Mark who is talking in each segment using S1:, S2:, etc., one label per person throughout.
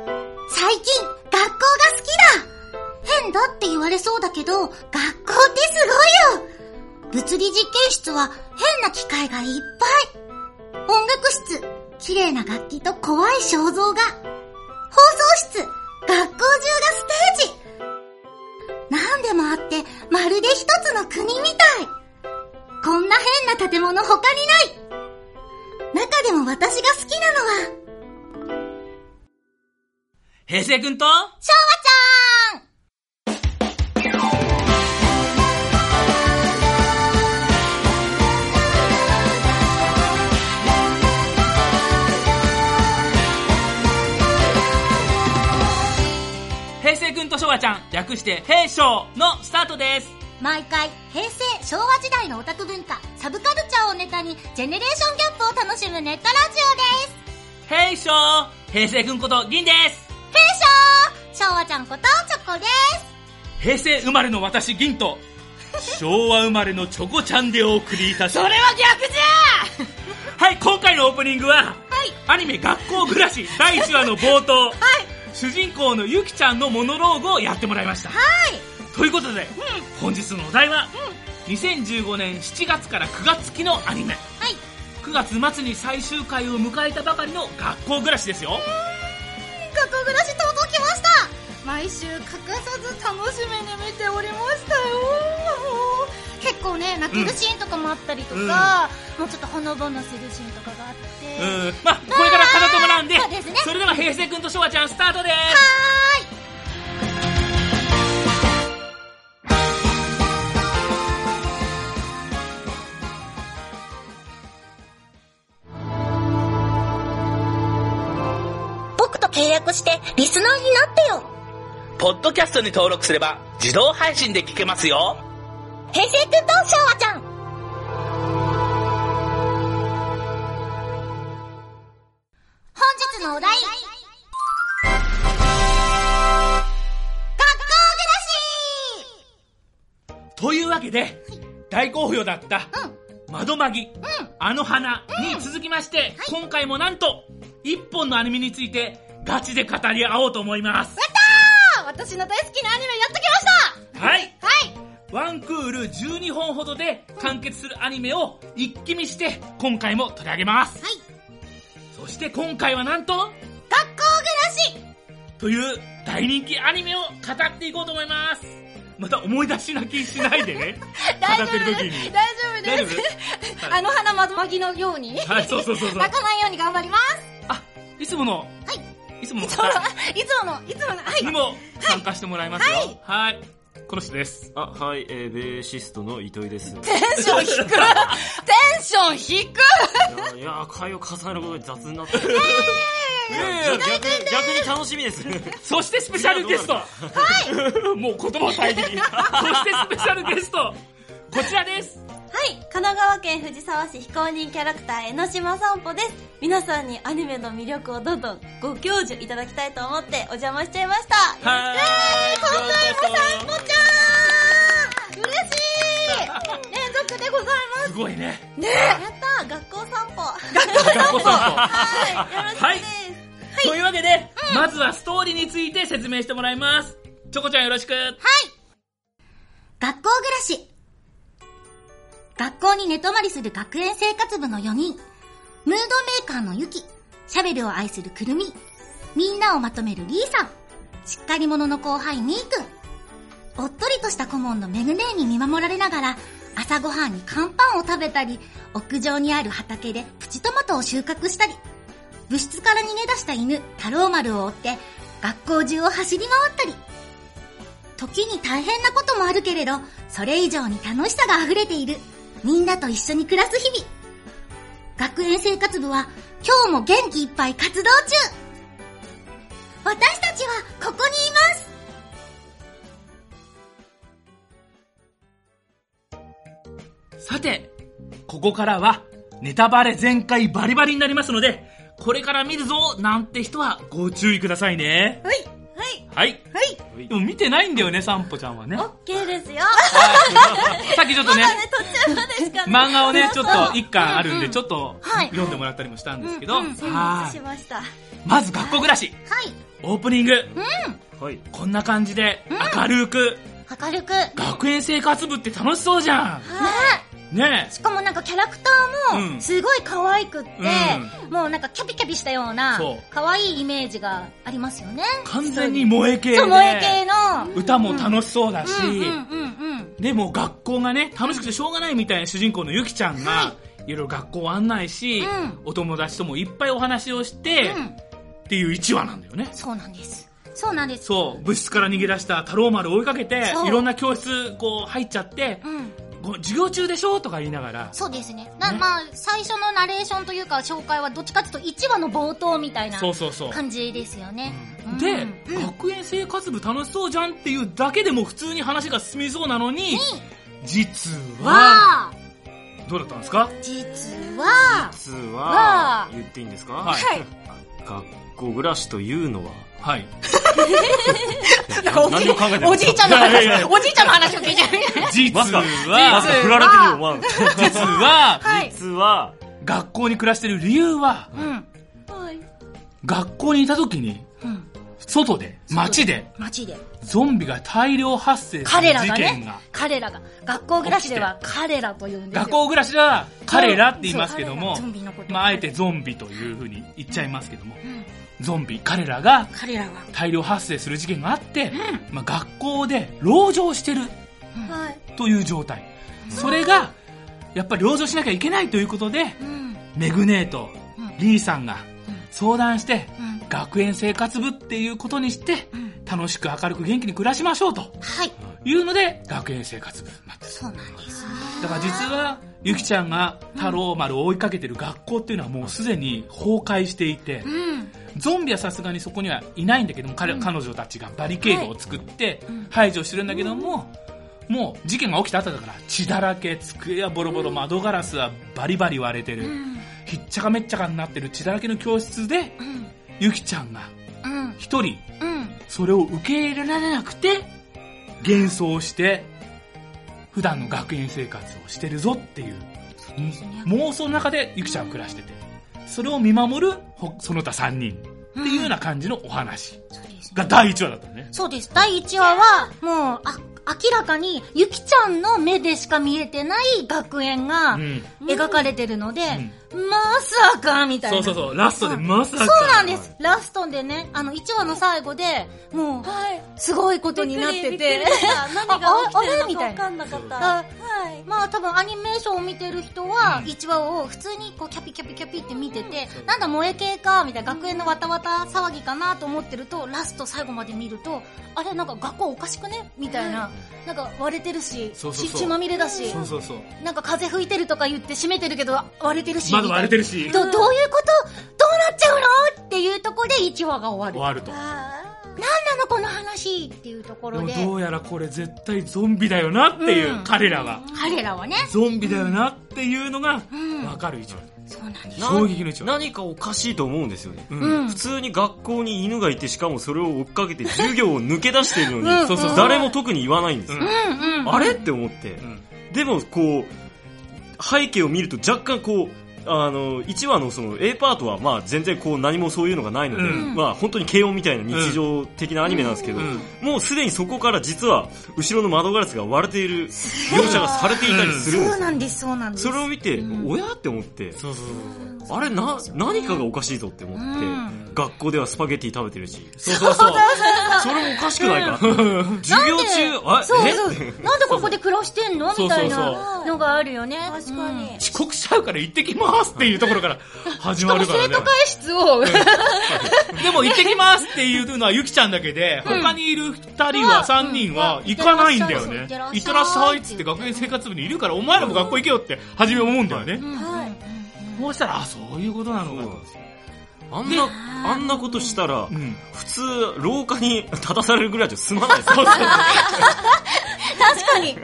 S1: 最近、学校が好きだ変だって言われそうだけど、学校ってすごいよ物理実験室は変な機械がいっぱい音楽室、綺麗な楽器と怖い肖像画放送室、学校中がステージ何でもあって、まるで一つの国みたいこんな変な建物他にない中でも私が好きなのは、
S2: 平成くんと
S1: 昭和ちゃん
S2: 平成くんと昭和ちゃん、略して平昭のスタートです。
S1: 毎回平成昭和時代のオタク文化サブカルチャーをネタにジェネレーションギャップを楽しむネットラジオです
S2: 平昭平成くんこと銀です。
S1: 平成昭和ちゃんことチョコです
S2: 平成生まれの私銀と、昭和生まれのチョコちゃんでお送りいたします。
S3: は逆じゃ
S2: はい、今回のオープニングは、
S1: はい
S2: アニメ学校暮らし第1話の冒頭、主人公のゆきちゃんのモノローグをやってもらいました。
S1: はい
S2: ということで、本日のお題は、2015年7月から9月期のアニメ、
S1: はい
S2: 9月末に最終回を迎えたばかりの学校暮らしですよ。
S1: 学校暮らしとうとう来ました
S3: 毎週欠かさず楽しみに見ておりましたよ
S1: 結構ね泣けるシーンとかもあったりと
S2: うん
S1: か、もうちょっとほのぼのするシーンとかがあって、
S2: う
S1: はーい
S2: ん、まあ、これから語ってもらうんで、
S1: そうですね
S2: それでは平成くんと昭和ちゃんスタートです。
S1: 僕と契約してリスナーになってよ
S2: ポッドキャストに登録すれば、自動配信で聞けますよ。
S1: 平成くんと昭和ちゃん本日のお題学校暮らし
S2: というわけで、大好評だった、窓まぎ、あの花に続きまして、今回もなんと、一本のアニメについて、ガチで語り合おうと思います。
S3: あ私の大好きなアニメやっときました
S2: はい
S3: はい
S2: ワンクール12本ほどで完結するアニメを一気見して、今回も取り上げます。
S1: はい
S2: そして今回はなんと、
S1: 学校暮らし
S2: という大人気アニメを語っていこうと思います。また思い出し泣きしないでね。
S3: 大
S2: 語
S3: 丈
S2: ってる時
S3: 夫で
S2: に
S3: す。大丈夫です
S2: 大丈夫
S3: あの花まずまぎのように
S2: はい、そうそうそうそう。
S3: 泣かないように頑張ります
S2: あ、いつもの、いつもの
S3: その いつものいつもの はい
S2: にも参加してもらいますよ。はい。この人です。
S4: あ、はい、えー、ベーシストの糸井 です。い
S3: テンション 低くテンション低く
S4: やいや会を重ねることで雑になってる。いや逆に、逆に楽しみ です。
S2: そしてスペシャルゲスト。はい。 もう言葉を遮り。そしてスペシャルゲスト。こちらです。
S5: はい、神奈川県藤沢市非公認キャラクター江ノ島散歩です。皆さんにアニメの魅力をどんどんご教授いただきたいと思ってお邪魔しちゃいました。
S2: はい。今回も散歩ち。
S5: 嬉しい連続でございます
S2: すごいね。
S5: す。やったー学校散歩。
S2: 学校散歩。
S5: はい、よろしくです。
S2: というわけで、まずはストーリーについて説明してもらいます。チョコちゃんよろしく。
S1: 学校暮らし学校に寝泊まりする学園生活部の4人ムードメーカーのゆきシャベルを愛するくるみみんなをまとめるりーさんしっかり者の後輩みーくんおっとりとした顧問のめぐねーに見守られながら朝ごはんに乾パンを食べたり屋上にある畑でプチトマトを収穫したり部室から逃げ出した犬太郎丸を追って学校中を走り回ったり時に大変なこともあるけれど、それ以上に楽しさが溢れている。みんなと一緒に暮らす日々。学園生活部は今日も元気いっぱい活動中私たちはここにいます
S2: さて、ここからは、ネタバレ全開バリバリになりますので、これから見るぞなんて人はご注意くださいね。
S5: はい、はい、
S2: はい。
S4: はい
S2: でも見てないんだよね、さんぽちゃんはね。
S5: オッケーですよ。
S2: さっきちょっとね、
S5: ね、途中までしか
S2: 漫画をね、ちょっと
S5: 一
S2: 一巻あるんで、ちょっと
S1: はい
S2: 読んでもらったりもしたんですけど、
S1: うんうん
S5: 回
S2: は
S5: し
S2: い
S5: ました。
S2: まず学校暮らし。
S1: はい。
S2: オープニング、
S4: はい。
S2: こんな感じで明るく、
S1: 明るく。ね
S2: 学園生活部って楽しそうじゃんね
S1: しかもなんかキャラクター
S2: う
S1: も
S2: ん
S1: すごい可愛くって、もうなんかキャピキャピしたような
S2: そう
S1: 可愛いイメージがありますよね。
S2: え完全に萌え系で
S1: そう萌え系の。
S2: 歌も楽しそうだし、
S1: うんうんうんうん。
S2: でもう学校がね楽しくてしょうがないみたいな主人公のゆきちゃんが、、
S1: はい
S2: ろいろ学校を案内し、
S1: うん
S2: お友達ともいっぱいお話をして、
S1: うん
S2: っていう1話なんだよね
S1: そうなんです。そうなんです。
S2: そう部室から逃げ出した太郎丸を追いかけて
S1: そう
S2: いろんな教室こう入っちゃって、
S1: うん。
S2: ご授業中でしょとか言いながら
S1: そうですね。な、
S2: ね
S1: まあ、最初のナレーションというか、紹介はどっちかというと1話の冒頭みたいな
S2: そうそうそう
S1: 感じですよね。うん
S2: で、
S1: うん
S2: 学園生活部楽しそうじゃんっていうだけでも普通に話が進みそうなのに、実は、
S1: わあ
S2: どうだったんですか
S1: 実は、
S4: 実
S1: わあ
S4: は、言っていいんですか
S2: はい
S1: はい。
S4: 学校暮らしというのは、
S2: はい。
S4: 何も考えてない。
S1: おじいちゃんの
S2: いやい
S1: 話、
S2: や
S1: おじいちゃんの話を聞いちゃ う。
S2: 実
S4: まさか、ま
S2: は
S4: さか振られてるよ、お前。
S2: 実は、
S1: はい。
S4: 実は、
S2: 学校に暮らしてる理由は、
S1: うん。
S5: はい。
S2: 学校にいた時に、
S1: うん。
S2: 外で、街で、
S1: 街で。
S2: ゾンビが大量発生す
S1: 彼
S2: る
S1: ら
S2: 事
S1: が
S2: 件
S1: ね
S2: が。、
S1: 彼らが。学校暮らしでは彼らと呼んで
S2: 学校暮らしでは彼らって言いますけども
S1: そう彼らゾンビのこ、と
S2: まあ、あえてゾンビというふうに言っちゃいますけども、
S1: ん
S2: ゾンビ、彼らが
S1: 彼らは。
S2: 大量発生する事件があって、まあ、学校で籠城してる
S5: はい。
S2: という状態、それがやっぱり籠城しなきゃいけないということで、
S1: うん。
S2: メグネーと
S1: うん
S2: リーさんが相談して、
S1: うん
S2: 学園生活部っていうことにして、
S1: ん
S2: 楽しく明るく元気に暮らしましょうと
S1: はい。
S2: いうので学園生活部になってる
S1: そうなんです。
S2: だから実はゆきちゃんが太郎丸を追いかけてる学校っていうのはもうすでに崩壊していて、
S1: うん。
S2: ゾンビはさすがにそこにはいないんだけども、彼彼女たちがバリケードを作って排除してるんだけども、もう事件が起きた後だから血だらけ机はボロボロ、窓ガラスはバリバリ割れてる、ひっちゃかめっちゃかになってる血だらけの教室で、
S1: ん
S2: ゆきちゃんが
S1: うん。
S2: 一人
S1: うん。
S2: それを受け入れられなくて幻想して普段の学園生活をしてるぞっていう妄想の中でゆきちゃんは暮らしててそれを見守るほその他3人っていうような感じのお話
S1: そうです
S2: が第1話だったのね
S1: そうです。第1話は、もう、あ、明らかに、ゆきちゃんの目でしか見えてない学園が
S2: うん
S1: 描かれてるので、まさか、みたいな。
S2: そうそうそうラストでまさか
S1: そうなんです。ラストでね、あの、1話の最後で、もう、
S5: はい。
S1: すごいことになって
S5: びくり
S1: て
S5: びくり、した何が起きてる
S1: ああれみ
S5: のか
S1: たい
S5: 分
S1: な
S5: かんなかった。
S1: あ
S5: はい。
S1: まあ多分アニメーションを見てる人は
S2: うん
S1: 1話を普通にこうキャピキャピキャピって見てて、なんだ萌え系かみたいな学園のわたわた騒ぎかなと思ってるとラスト最後まで見るとあれなんか学校おかしくねみたいな、なんか割れてるし
S2: そうそうそう
S1: 血血まみれだし
S2: そうそうそう
S1: なんか風吹いてるとか言って閉めてるけど割れてるし
S2: 窓割れてるし
S1: みたいなどどういうことどうなっちゃうのっていうところで1話が終
S2: 終
S1: わ
S2: わ
S1: る
S2: ると
S1: なんなのこの話っていうとこ
S2: で
S1: ろ
S2: も
S1: で
S2: どうやらこれ絶対ゾンビだよなっていう、
S1: うん
S2: 彼らが
S1: 彼らはね
S2: ゾンビだよなっていうのが
S1: うん
S2: 分かる1話、
S1: そうなんです、
S4: な
S2: 衝撃の一話
S4: 何かおかしいと思うんですよね。
S2: うん
S1: うん
S4: 普通に学校に犬がいて、しかもそれを追っかけて授業を抜け出しているの
S1: うん
S4: に、そうそう誰も特に言わないんですよ。
S1: うんうん
S4: あれって思って。
S2: うん
S4: でも、こう、背景を見ると若干こう、あの、1話のその A パートはまあ全然こう何もそういうのがないので、
S2: うん
S4: まあ本当に軽音みたいな日常的なアニメなんですけど、
S2: うん
S4: もうすでにそこから実は後ろの窓ガラスが割れてい る描写がされていたりするんです
S1: そ
S4: よ
S1: うなんですそうなんです
S4: それを見て、おやって思って、
S2: そうそうそう
S4: あれな、何かがおかしいぞって思って、
S1: うん
S4: 学校ではスパゲティ食べてるし、
S2: そうそう そう
S4: それもおかしくないか、授業中、あ、
S1: そう
S4: え
S1: そう。なんでここで暮らしてんのみた い
S2: そうそう
S1: なのがあるよね。
S5: 確かに。
S2: 遅刻しちゃうから行ってきますっていうところから始ま
S1: うん。
S2: る
S1: し
S2: か
S1: かも
S2: らね
S1: 生徒。会室を、
S2: でも行ってきますっていうのはゆきちゃんだけで、他にいる二人は、三人は行かないんだよね。
S1: うん
S2: 行ってらっしゃいっつって学園生活部にいるから、お前らも学校行けよって初め思うんだよね。
S5: はい。
S2: そうしたら、あ、そういうことなのかと。
S4: あんな、あんなことしたら、
S2: うん。
S4: 普通、廊下に立たされるぐらいじゃ済まないで
S2: そう
S4: す
S2: そう
S1: 確かに。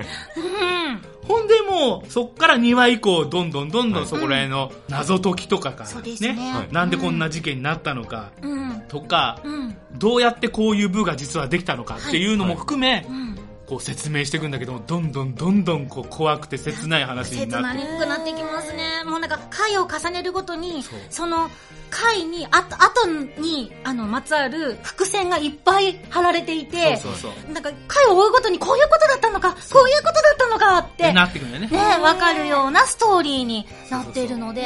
S2: ほんでもう、そっから2話以降、どんどんどんどんそこら辺の謎解きとかから
S1: そうですねはい
S2: なんでこんな事件になったのか
S1: うん。
S2: とか、
S1: うん。
S2: どうやってこういう部が実はできたのかっていうのも含め、
S1: ん
S2: こう説明していくんだけどもどんどんどんどんこう怖くて切ない話に
S1: 切
S2: な
S1: な
S2: って
S1: くなってきますね。もうなんか回を重ねるごとに、
S2: そ
S1: そうの回に、あと、あとに、あの、まつわる伏線がいっぱい貼られていて、
S2: そうそうそう
S1: なんか回を追うごとにこういうことだったのか、こういうことだったのかって、ね、
S2: なってくるんだよね
S1: わかるようなストーリーになっているので、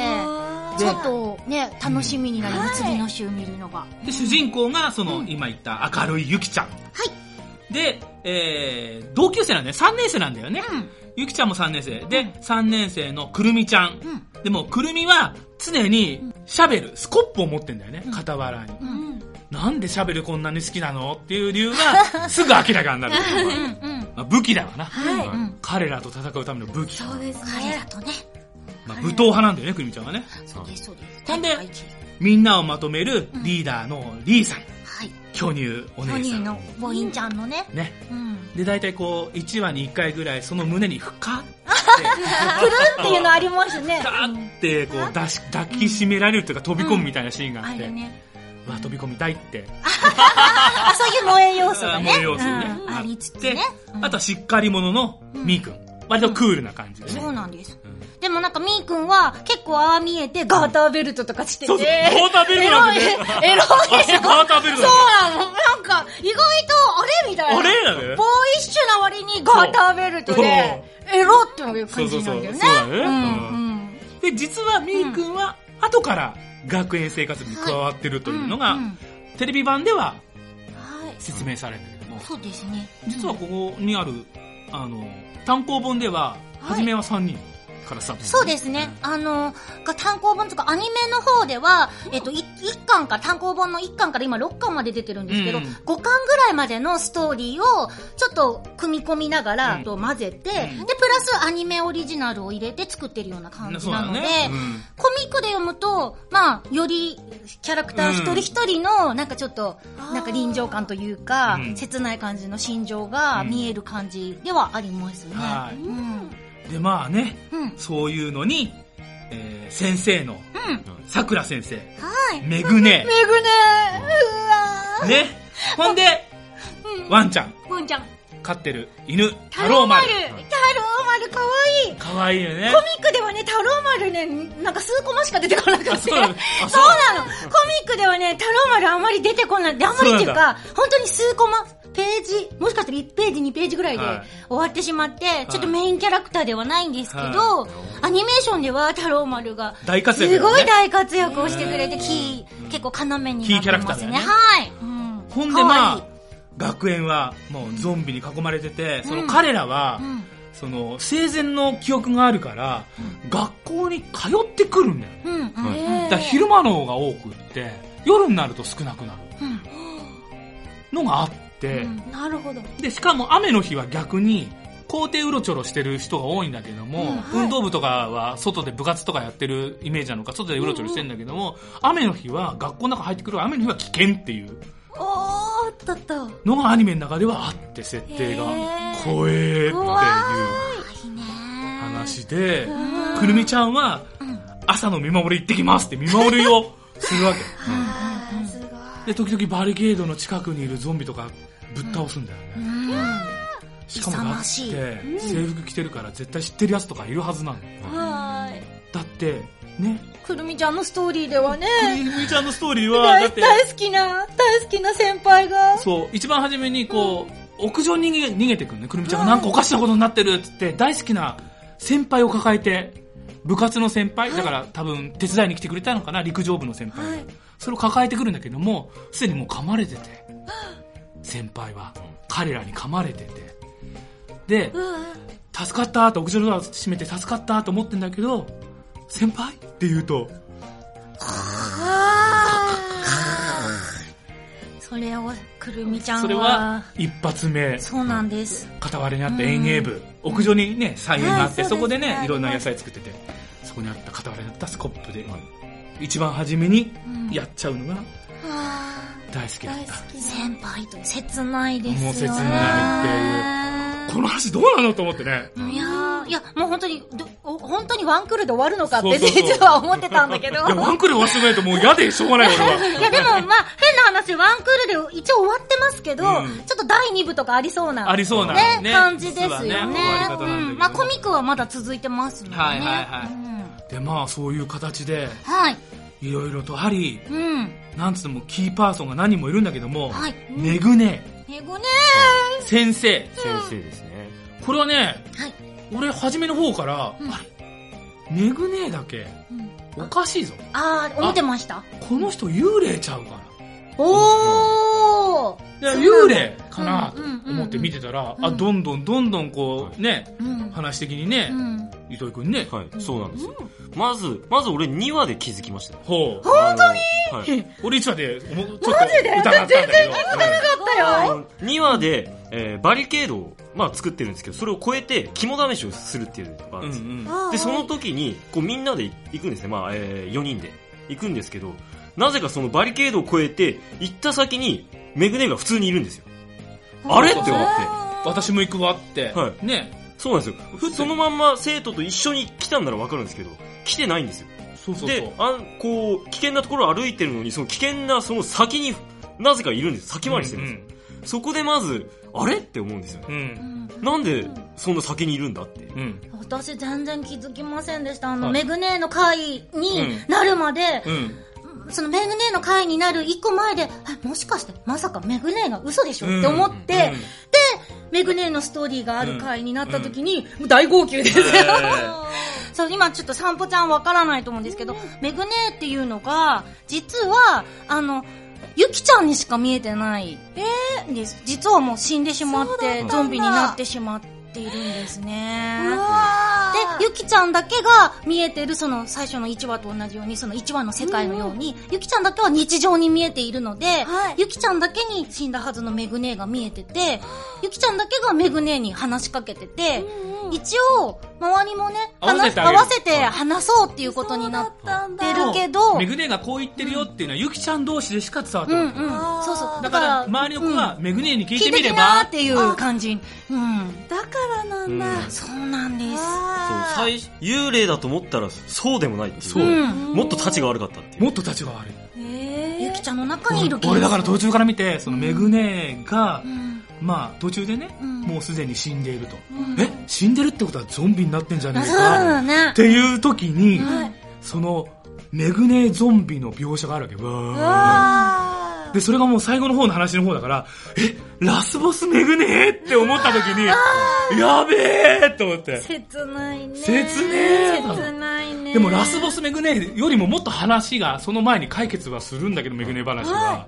S1: ち
S5: ち
S1: ょ
S5: ょ
S1: っ
S5: っ
S1: とね、楽しみになります、次の週見るのが。は
S2: で主人公がその、今言った明るいゆきちゃん
S1: い。
S2: で、えー、同級生なんだよ3年生なんだよね、
S1: うん
S2: ゆきちゃんも3年生で、3年生のくるみちゃん、でもくるみは常にシャベルスコップを持ってんだよね傍らに、なんでシャベルこんなに好きなのっていう理由がすぐ明らかになる、
S1: うん。うん。
S2: まあ、武器だわな、
S5: はい
S2: うん彼らと戦うための武器、
S5: そうです
S1: 彼らとね、
S2: まあ、武闘派なんだよねくるみちゃんはね
S1: そうです、そうです。
S2: ほんで
S1: 天下一
S2: みんなをまとめるリーダーのリーさん、
S1: はい。
S2: 巨乳お
S1: ポ
S2: 姉
S1: ニ
S2: さ
S1: ー
S2: ん
S1: のボインちゃんのね。
S2: ね
S1: うん。
S2: で大体こう1話に1回ぐらいその胸に深 って
S1: くるんっていうのありますね。
S2: ガーってこう出し抱きしめられるというか飛び込むみたいなシーンがあ
S1: あ
S2: って、
S1: れね。
S2: うわ飛び込みたいって
S1: あ、そういう萌え要素がね。
S2: あ萌え要素ね
S1: うんありつつ
S2: で、
S1: ね。うん
S2: あとはしっかり者のみーくん、割とクールな感じでね、
S1: そうなんです。
S2: うん
S1: でもなんかみーくんは結構ああ見えてガーターベルトとかしてて。
S2: そうそうガーターベルトなんだね
S1: エ
S2: あそ
S1: ロい、エロい。
S2: うガーターベルト
S1: そ
S2: だ
S1: うなの。なんか意外とあれみたいな。
S2: あれなのよ
S1: ボーイッシュな割にガーターベルトで、エロっていう感じなんだ
S2: そうそうそ
S1: よね。
S2: うそうだね
S1: ん
S2: う
S1: うん。
S2: で実はみーくんは後から学園生活に加わってるというのが、
S1: うんうん
S2: テレビ版では
S5: はい
S2: 説明されるんだけども、
S1: そうですね。
S2: 実はここにあるあの単行本では
S1: はい
S2: 初めは3人からスタート
S1: そうですね。あの、が単行本とか、アニメの方では、えっと、1巻から、単行本の1巻から今6巻まで出てるんですけど、
S2: うんうん
S1: 5巻ぐらいまでのストーリーを、ちょっと組み込みながら、
S2: うん
S1: と混ぜて、
S2: うん
S1: で、プラスアニメオリジナルを入れて作ってるような感じなので、
S2: そうだねうん
S1: コミックで読むと、まあ、より、キャラクター一人一人の、なんかちょっと、なんか臨場感というか、
S2: うん
S1: 切ない感じの心情が見える感じではありますね。
S2: はい
S1: うん。
S2: でまあね
S1: うん。
S2: そういうのに、えー先生の
S1: うん。
S2: さくら先生
S1: はい。
S2: めぐね
S1: めぐねうわ
S2: ねほんで
S1: うん
S2: ワンちゃん
S1: ー。ワンちゃん。
S2: 飼ってる犬
S1: タ
S2: 太
S1: ロー
S2: 郎
S1: マル
S2: 丸。
S1: タローマルかわいい。
S2: かわいいよね
S1: コミックではね、タローマルね、なんか数コマしか出てこなくて。
S2: あ
S1: そ
S2: そうう
S1: な
S2: な
S1: の
S2: の。
S1: コ
S2: あ
S1: ミ
S2: そう
S1: ックではね、タローマルあんまり出てこない。あんまりっていう
S2: そうな
S1: か、本当に数コマ、ページ、もしかしたら1ページ、2ページぐらいで
S2: はい
S1: 終わってしまって、ちょっとメインキャラクターではないんですけど、
S2: は
S1: アニメーションではタローマルが、
S2: 大活
S1: す
S2: 躍だよ
S1: ご
S2: ね
S1: い大活躍をしてくれて、キー、結構要になってますね。
S2: キーキャラクターだよね
S1: はい。うん
S2: ほんでま
S1: かわいい
S2: あ学園はもうゾンビに囲まれててその彼らは、
S1: うん
S2: その生前の記憶があるから、学校に通ってくるんだよね
S1: うんうん
S4: はい
S2: だから昼間の方が多くって夜になると少なくなる
S1: うん
S2: のがあって、
S5: なるほど
S2: でしかも雨の日は逆に校庭うろちょろしてる人が多いんだけども、運動部とかは外で部活とかやってるイメージなのか外でうろちょろしてるんだけども、雨の日は学校の中入ってくる雨の日は危険っていう
S5: おーっとっと
S2: のがアニメの中ではあって設定が
S5: へー
S2: 怖えーっていう
S5: 怖い
S1: いいねー
S2: 話でくるみちゃんは朝の見守り行ってきますって見守りをするわけ
S5: あーすごい
S2: で時々バリケードの近くにいるゾンビとかぶっ倒すんだよね、しかも
S1: 勇
S2: だっ
S1: ま
S2: て
S1: しい
S2: 制服着てるから絶対知ってるやつとかいるはずなの
S5: はーい
S2: だってね
S1: くるみちゃんのストーリーではね
S2: くるみちゃんのストーリーはだ
S3: 大
S2: って
S3: 大好きな、大好きな先輩が。
S2: そう一番初めにこう、屋上に逃げ逃げてくるねくるみちゃんがなんかおかしなことになってるっつって大好きな先輩を抱えて部活の先輩、だから多分手伝いに来てくれたのかな陸上部の先輩が、それを抱えてくるんだけどもすでにもう噛まれてて先輩は彼らに噛まれててで助かったーって屋上のドアを閉めて助かったーと思ってんだけど先輩って言うと
S1: それをくるみちゃんは
S2: それは一発目
S1: そうなんです
S2: 片割れにあった園芸部、屋上にね菜園があって、
S5: はい
S2: そこで
S5: そうです
S2: ね
S5: ね
S2: いろんな野菜作っててそこにあった片割れにあったスコップで、一番初めにやっちゃうのが大好きだっ
S5: 大好
S2: た、
S5: きな
S1: 先輩と切ないですよね
S2: もう切ないっていうこの話どうなのと思ってね
S1: いやーいやもう本当にどお
S3: 本当にワンクールで終わるのかっ
S2: そ
S3: て
S2: うそうそう
S3: 実は思ってたんだけど。い
S2: いや、ワンクール終わってくれないともう嫌でしょうがない俺は。
S3: やでもまあ変な話、ワンクールで一応終わってますけど、
S2: うん
S3: ちょっと第2部とかありそうな。
S2: ありそうな、
S3: ね
S2: ね、
S3: 感じですよね
S2: 実は終わり方なんだけど
S1: うん。まあコミックはまだ続いてますのでね。
S2: はいはいはい
S1: うん
S2: で、まあそういう形で、
S1: はい。
S2: いろいろとあり、
S1: うん。
S2: なんつってもキーパーソンが何人もいるんだけども、
S1: はい
S2: めぐね、
S1: 英語ね
S2: 先生。
S4: 先生ですね。
S2: これはね、
S1: はい
S2: 俺初めの方から、
S1: うん
S2: あれめぐねだけ、
S1: うん
S2: おかしいぞ。
S1: あー、思ってました。
S2: この人幽霊ちゃうか
S1: おー
S2: な。いや幽霊かな
S1: うんうんうんう
S2: と
S1: ん
S2: 思って見てたら、
S1: うん
S2: あ、どんどんどんどんこ
S4: は
S2: う、ね、
S1: うん。
S2: 話的にね
S1: う、ん。
S2: 糸井くんね、
S4: はい、そうなんですよ。まず、まず俺2話で気づきましたよ。
S2: ほう。
S4: 本当に、はい、
S2: 俺1話で、おもちょっと疑ったんだけど。
S4: あの2話で、えーバリケードを、まあ、作ってるんですけど、それを超えて肝試しをするっていうのが
S2: う
S4: あるん
S2: ん
S4: ですよ。
S2: うん。
S4: で、その時に、こうみんなで行くんですね。まあ、え4人で行くんですけど、なぜかそのバリケードを越えて、行った先に、メグネが普通にいるんですよ。あれって思って。
S2: 私も行くわって、
S4: は
S2: ね、
S4: そうなんですよ。そのまんま生徒と一緒に来たんならわかるんですけど、来てないんですよ。
S2: そうそうそう
S4: で、。あん、こう、危険なところを歩いてるのに、その危険なその先に、なぜかいるんです。先回りしてるんですよ。そこでまず、あれって思うんですよね。
S2: うんうん。
S4: なんで、そんな先にいるんだって。
S2: うん。
S1: 私全然気づきませんでした。あの、
S2: はい
S1: メグネーの会に
S2: う
S1: なるまで、
S2: うん。
S1: そのメグネーの会になる一個前で、えもしかして、まさかメグネーが嘘でしょ、って思っ
S2: う
S1: て、
S2: ん
S1: で、メグネーのストーリーがある回になった時に、もう大号泣ですよ。 そう、今ちょっと散歩ちゃんわからないと思うんですけど、メグネーっていうのが、実は、あの、ゆきちゃんにしか見えてないんです。実はもう死んでしまっ
S5: そうだった
S1: て
S5: ん、だ
S1: ゾンビになってしまっているんですね。
S5: わ
S1: で、ゆきちゃんだけが見えてる、その最初の1話と同じように、その1話の世界のように、ゆきちゃんだけは日常に見えているので、
S5: はい
S1: ゆきちゃんだけに死んだはずのメグネーが見えてて、ゆきちゃんだけがメグネーに話しかけてて、一応、周りもね、
S2: 合わせ
S1: 話
S2: てあ
S1: 合
S2: げる
S1: わせて話そうっていうことになって
S5: たん
S1: るけど、うんう
S2: め
S1: ん。
S2: ぐねがこう言ってるよっていうのは、ゆきちゃん同士でしか伝わってこ
S1: そう
S2: ない。
S5: ー
S1: そう。
S2: だから、周りの子が、めぐねに聞い
S1: 聞
S2: て
S1: いて
S2: み
S1: き
S2: れ
S1: なー
S2: ば
S1: っ、ていう感じ。うん。
S5: だからな
S4: うん
S5: んだ。
S1: そうなんです。
S4: そう
S5: あ
S4: 最初幽霊だと思ったら、そうでもないっていう。
S2: そう
S1: うん。
S4: もっと立ちが悪かったっていう。
S2: もっと立ちが悪い。
S5: ーへー
S1: ゆきちゃんの中にいる
S2: 俺だから途
S1: 時。
S2: 中から見て、そのめぐねが
S1: う、ん。
S2: まあ途中でね、
S1: うん
S2: もうすでに死んでいると。
S5: うん
S2: え、死んでるってことはゾンビになってんじゃねえ
S1: そうだ
S2: か。
S1: ね
S2: っ。ていう時に、
S1: はい
S2: その、めぐねゾンビの描写があるわけ。
S5: う
S2: わ
S5: わ
S2: ー
S5: ー
S2: で、それがもう最後の方の話の方だから、え、ラスボスめぐねって思った時に、やべえって思って。
S1: 切ないね。
S2: 切ねえ
S1: 切ないね。
S2: でもラスボスめぐねよりももっと話がその前に解決はするんだけどめぐね話は、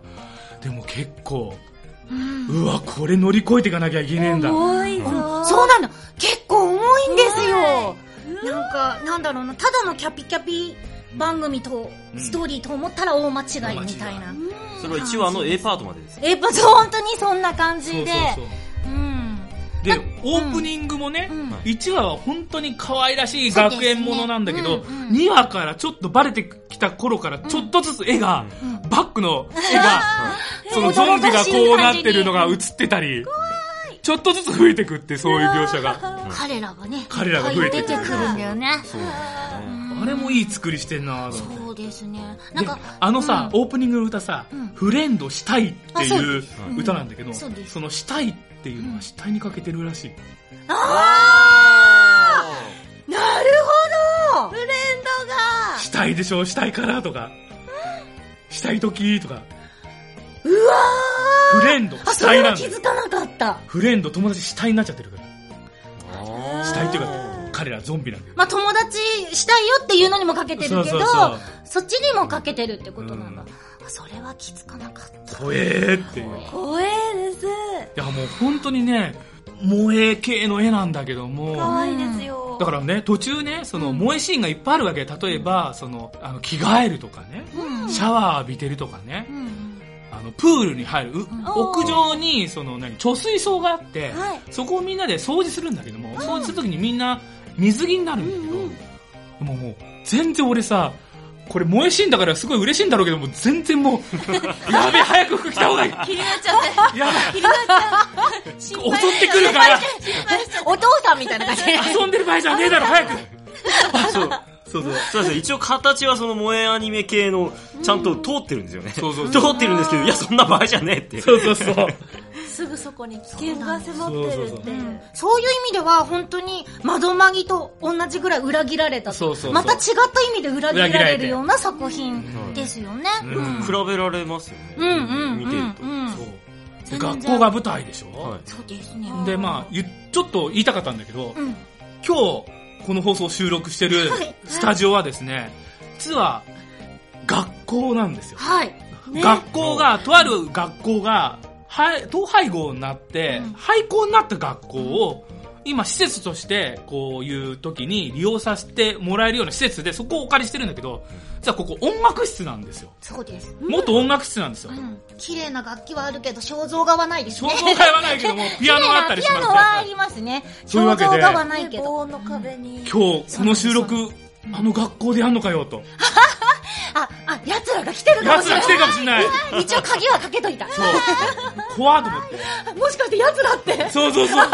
S2: でも結構、うわこれ乗り越えていかなきゃいけねえんだ
S5: 重いぞ。
S1: そうなんだ。結構重いんですよ。なんか、なんだろうな、ただのキャピキャピ番組と、
S2: うん
S1: ストーリーと思ったら大間違いみたい
S2: 大
S1: な。
S4: それは一応あの A パートまでです。
S1: え、やっぱ本当にそんな感
S2: そ
S1: じ
S2: う
S1: で。
S2: そうそう
S1: うん。
S2: でオープニングもね、
S1: うん
S2: 1話は本当に可愛らしい学園ものなんだけ
S1: そう
S2: ど、
S1: ですねうんうん
S2: 2話からちょっとバレてきた頃からちょっとずつ絵が、バックの絵 が、そのゾンビがこうなってるのが映ってたりちょっとずつ増えてくってそういう描写 が
S1: 彼らがね、
S2: 彼らが増えて
S1: いっぱい出てくるんだよね。
S4: そうなん
S2: あれもいい作りしてんなと思って
S1: そうですね。な
S2: で
S1: んか、
S2: あのさ、
S1: うん
S2: オープニングの歌さ、
S1: ん
S2: フレンドしたいって
S1: あそう
S2: いう
S1: うん
S2: 歌なんだけど、
S1: そうです
S2: そのしたいっていうのは死体にかけてるらしい。
S1: なるほど
S5: フレンドが。
S2: 死体でしょ、死体からと か、死体時とか、
S1: うわ
S2: フレンド、
S1: ーあ、
S2: 死
S1: それ
S2: 体な
S1: は
S2: んだ
S1: 気
S2: よ
S1: づかなかった。
S2: フレンド、友達死体になっちゃってるから。
S4: だ。
S2: 死体っていうか、彼らゾンビなんだよ。
S1: まあ、友達したいよっていうのにもかけてるけど、そ
S2: そうそうそう
S1: っちにもかけてるってことなんだ。
S2: うん
S1: あそれは気づかなかった。
S2: 怖えーっていう。い
S5: 怖えです。
S2: や、もう本当にね、萌え系の絵なんだけども、
S5: 可愛いですよ。
S2: だからね、途中ね、その萌えシーンがいっぱいあるわけ。例えば、その、あの着替えるとかね、
S1: うん
S2: シャワー浴びてるとかね、
S1: うん
S2: あの、プールに入る、う屋上に、その、何、貯水槽があって、
S5: はい
S2: そこをみんなで掃除するんだけども、掃除するときにみんな水着になるんだけど、でももう、全然俺さ、これ萌えシーンだからすごい嬉しいんだろうけども、全然も う、やべえ、早く服着た方がいい。や
S5: 気になっちゃって。
S2: べえ、
S5: 気になっちゃう。
S2: 襲ってくるから、
S5: 心配しちゃう。
S1: お父さんみたいな感じ。
S2: 遊んでる場合じゃねえだろ、早く。
S4: そう。
S2: そうそう。
S4: そうですね一応形はその萌えアニメ系の、ちゃんと通ってるんですよね。
S2: そうそう
S4: 通ってるんですけど、いや、そんな場合じゃねえっていう。
S2: そうそうそう。
S5: すぐそこに危険が迫ってる
S2: そ
S5: っ
S2: う
S5: て
S2: そう
S5: うん
S1: そういう意味では、本当に、窓まぎと同じぐらい裏切られたと
S2: そうそうそう
S1: また違った意味で裏切ら
S2: 裏切ら
S1: れ
S2: れ
S1: る
S2: て
S1: ような作品ですよね。
S2: う
S1: うんん。
S4: 比べられますよね。
S1: うんうん。
S4: 見てると。
S1: うんうん
S2: そうで
S1: 全然
S2: 学校が舞台でしょ、
S4: はい
S1: そうですね。
S2: で、まあ、ゆちょっと言いたかったんだけど、
S1: うん。
S2: 今日、この放送収録してる
S1: はい
S2: スタジオはですね、実は、学校なんですよ。
S1: はい。
S5: ね
S2: 学校が、とある学校が、はい、統廃合になって、
S1: うん
S2: 廃校になった学校を、今、施設として、こういう時に利用させてもらえるような施設で、そこをお借りしてるんだけど、実はここ音楽室なんですよ。
S1: そうです。
S2: 元音楽室なんですよ
S1: う。ん。綺麗な楽器はあるけど、肖像画はないです
S2: 肖
S1: ね。
S2: 像会はないけど も、ピアノがあったりし
S1: 綺麗
S2: ま
S1: な
S2: す
S1: ピアノはありますね。
S2: そういうわ
S1: 肖
S2: けで
S1: 像画はないけど。
S5: 防音の壁に
S2: 今日、この収録、あの学校でやんのかよ、と。
S1: あ、あ、奴らが来てるかも
S2: 奴
S1: しれ
S2: ら
S1: な
S2: 来てるかもしれない。
S1: い。一応鍵はかけといた。
S2: そう。怖っと思って。
S1: もしかして奴らって。
S2: そうそうそう。
S1: ちょっ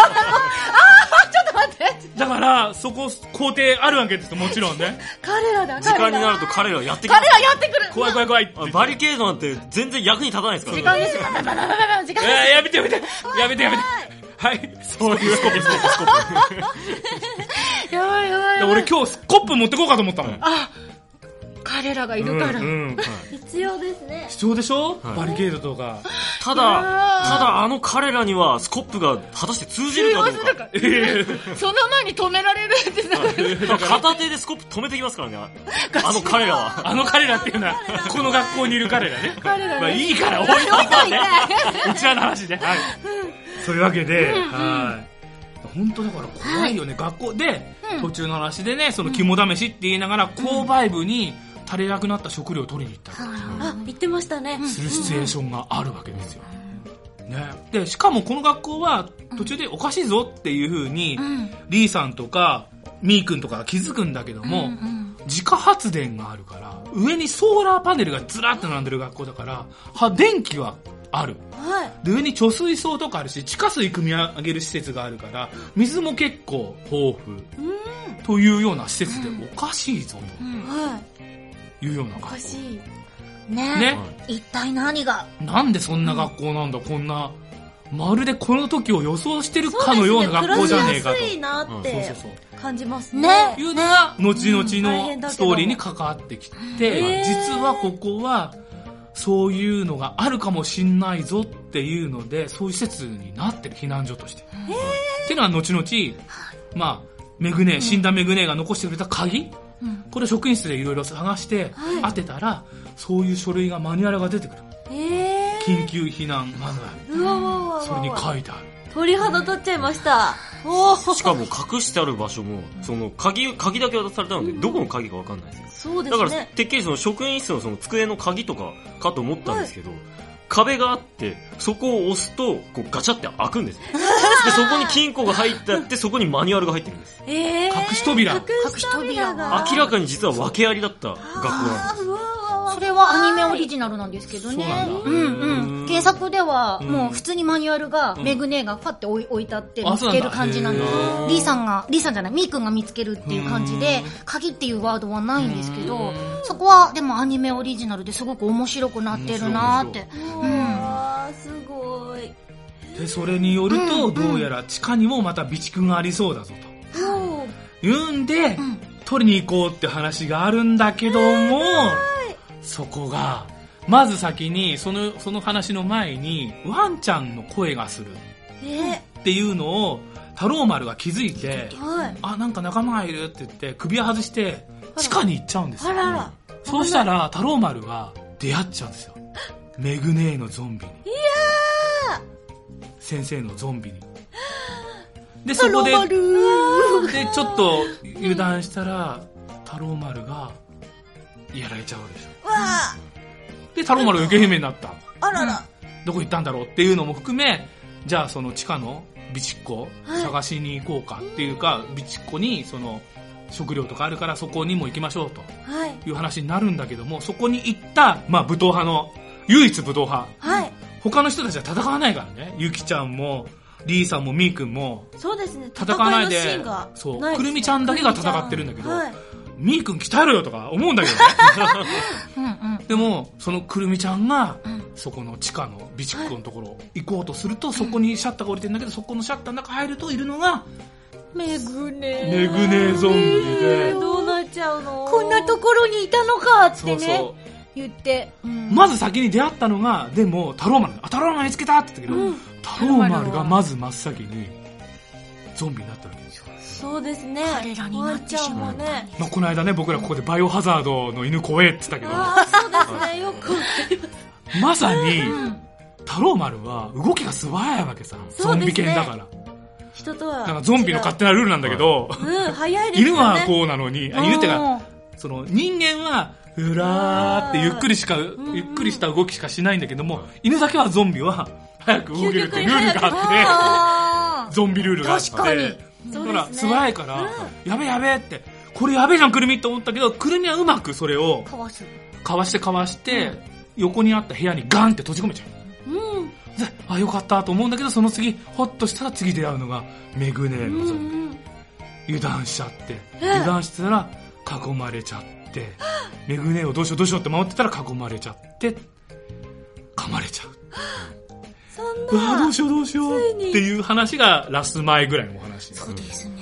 S1: と待って。
S2: だから、そこ、校庭あるわけですよ、もちろんね。
S1: 彼らだ、
S4: 時間
S1: 彼
S4: に
S1: ら。
S4: なると彼らやってき
S1: 彼らやってくる。
S2: 怖い怖い怖いって言っ
S4: あ
S2: て。
S4: バリケードなんて全然役に立たないですから
S1: 時間ですよ。ババババババ時間です。
S2: えーやめてやめて。やめてやめて。はい。そういう。スコップ、スコップ、スコッ
S1: やばいやばいや
S2: プ。
S1: ばい。
S2: 俺今日スコップ持ってこうかと思ったもん。
S1: あ、彼らがいるから。
S2: うんうん。
S5: 必要ですね
S2: 必要でしょ
S4: はい
S2: バリケードとか。
S4: ただ、ただあの彼らにはスコップが果たして通じるかどうか。
S2: ええ
S1: その前に止められるってなる。
S4: 片手でスコップ止めてきますからね、あの彼らは。
S2: あの彼らっていうのは、この学校にいる彼らね。まあいいから、置いといて。うちらの話で。はい。そういうわけで、はい。本当だから怖いよね、学校で、途中の話でね、その肝試しって言いながら、購買部に足りなくなった食料を取りに行ったりとか
S5: あ言ってましたね
S2: するシチュエーションがあるわけですよ。ね、でしかもこの学校は途中でおかしいぞっていうふうに、リーさんとかミー君とかが気づくんだけども、自家発電があるから上にソーラーパネルがずらっと並んでる学校だからは電気はある
S5: はい
S2: で上に貯水槽とかあるし地下水汲み上げる施設があるから水も結構豊富というような施設でおかしいぞ
S5: は
S2: というようない
S5: お
S2: 学
S5: か
S2: 校、
S5: しい
S1: ね
S2: ね、
S1: 一体何が
S2: なんでそんな学校なんだ、こんな、まるでこの時を予想してるかのような学校じゃねえかと。
S5: 暮らしやすいなっ
S2: そうそう
S5: て
S2: そう。
S5: 感じます
S1: ね
S5: ね
S2: いうのが、後々
S5: うん大変だ
S2: の
S5: け
S2: ス
S5: ど
S2: トーリーに関わってきて、
S5: へー
S2: 実はここは、そういうのがあるかもしんないぞっていうので、そういう施設になってる、避難所として。っていうのは後々、まあ、メグネ、死んだメグネが残してくれた鍵、これ職員室でいろいろ探して、当てたら、そういう書類が、マニュアルが出てくる。
S5: え
S2: 緊急避難マニュア
S5: ー
S2: ル。
S5: うわうわうわうわ
S2: それに書いてある。
S5: 鳥肌立っちゃいま したおー
S4: しかも隠してある場所も、その鍵、鍵だけ渡されたので、どこの鍵かわかんないです。
S5: そうで
S4: だか
S5: す
S4: ら、
S5: ね
S4: てっきりその職員室のその机の鍵とかかと思ったんですけど、壁があって、そこを押すと、こうガチャって開くんです よ。で、そこに金庫が入ってあって、そこにマニュアルが入ってるんです。
S5: えー
S2: 隠し扉
S5: 隠し扉が
S4: 明らかに実は訳ありだった学校なんです。
S5: うわうわうわ
S1: それはアニメオリジナルなんですけど
S2: そうな
S1: ね
S2: んだ。
S1: うんうん。原作では、
S2: うん
S1: もう普通にマニュアルが、
S2: うん
S1: メグネがファって置い置いてあって
S2: あ
S1: 見
S2: そうな
S1: つ
S2: ん
S1: け
S2: だ
S1: る感じなんで
S2: へ
S1: す
S2: ー。
S1: リーさんが、リーさんじゃない、ミー君が見つけるっていう感じで、鍵っていうワードはないんですけ
S2: う
S1: ど
S2: ん、
S1: そこはでもアニメオリジナルですごく面白くなってるなーって。
S5: う
S1: うん。
S5: わーすごい
S2: でそれによる
S1: うん
S2: と
S1: うん
S2: どうやら地下にもまた備蓄がありそうだぞ
S5: もう
S2: というんで
S1: ん
S2: 取りに行こうって話があるんだけどもそこがまず先にそのその話の前にワンちゃんの声がする
S5: え
S2: っていうのを太郎丸が気づいて
S5: ーはい
S2: あなんか仲間がいるって言って首を外して地下に行っちゃうんです
S5: あ
S2: よ
S5: らら
S2: そうしたら太郎丸が出会っちゃうんですよメグネーのゾンビにいや先生のゾンビにでそこででちょっと油断したら太郎丸がやられちゃうでしょ
S5: うわあ
S2: で太郎丸が行方不明になった
S5: あらら
S2: どこ行ったんだろうっていうのも含めじゃあその地下の備蓄庫
S5: はい
S2: 探しに行こうかっていうか備蓄庫にその食料とかあるからそこにも行きましょうと
S5: はい
S2: いう話になるんだけども、そこに行った、まあ、武闘派の、唯一武闘派。
S5: はい
S2: 他の人たちは戦わないからね。ゆきちゃんも、リーさんもミーくんも、
S5: そうですね。
S2: 戦わないで
S5: 戦のシーンがないですね
S2: そうくるみちゃんだけが戦ってるんだけど
S5: はい
S2: ミーくん鍛えろよとか思うんだけどね。
S1: うんうん。
S2: でも、そのくるみちゃんが
S1: ん、
S2: そこの地下の備蓄庫のところ行こうとすると、そこにシャッターが降りてるんだけど、そこのシャッターの中入るといるのが、
S3: めぐね
S2: メグネゾンビ
S5: え
S2: で
S5: ー、、どうなっちゃうの
S3: こんなところにいたのかって
S2: そ
S3: ね
S2: うそう。
S3: 言って、うん
S2: まず先に出会ったのが、でも、タローマルだ。あ、タローマル見つけたって言ったけど、タローマルがまず真っ先に、ゾンビになったわけですよ。
S5: そうですね。
S1: 彼らになってしま
S5: ワ
S1: った
S5: ンちゃんもね。
S2: まあ、この間ね、僕らここでバイオハザードの犬怖えって言ったけど、
S5: ああ、そうですね。よくわかります。
S2: まさに、
S1: うん。
S2: タローマルは動きが素早いわけさ。
S5: そ
S2: ゾ
S5: う
S2: ン
S5: ですね
S2: ビ犬だから。
S5: 人とは。
S2: だからゾンビの勝手なルールなんだけど、
S5: 違う。うん、早いですよ
S2: 犬
S5: ね。
S2: はこうなのに、あ犬ってか、
S1: か、
S2: その人間は、うらーってゆっくりしか、ゆっくりした動きしかしないんだけども、犬だけはゾンビは早く動けるってルールがあって、ゾンビルールがあって、
S1: 確かに
S5: そうですね
S2: ほら、素早いから、やべえやべえって、これやべえじゃん、くるみって思ったけど、くるみはうまくそれを、
S1: かわす。
S2: かわしてかわして、横にあった部屋にガンって閉じ込めちゃう。
S5: うん。
S2: であ、よかったと思うんだけど、その次、ほっとしたら次出会うのが、メグネーのゾンビ。油断しちゃって、油断してたら囲まれちゃって、メグネをどうしようどうしようって守ってたら囲まれちゃって、噛まれちゃう。
S5: そん
S2: うわど
S5: な
S2: う。しようどうしようっていう話がラス前ぐらいのお話。くる
S1: そう
S2: み
S1: ですね。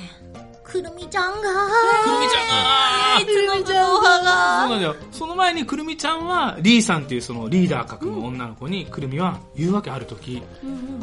S1: くるみちゃんが、
S2: ちゃんが
S5: いつのことは
S2: そうなんだよ。その前にくるみちゃんは、リーさんっていうそのリーダー格の女の子に、くるみは言うわけある時、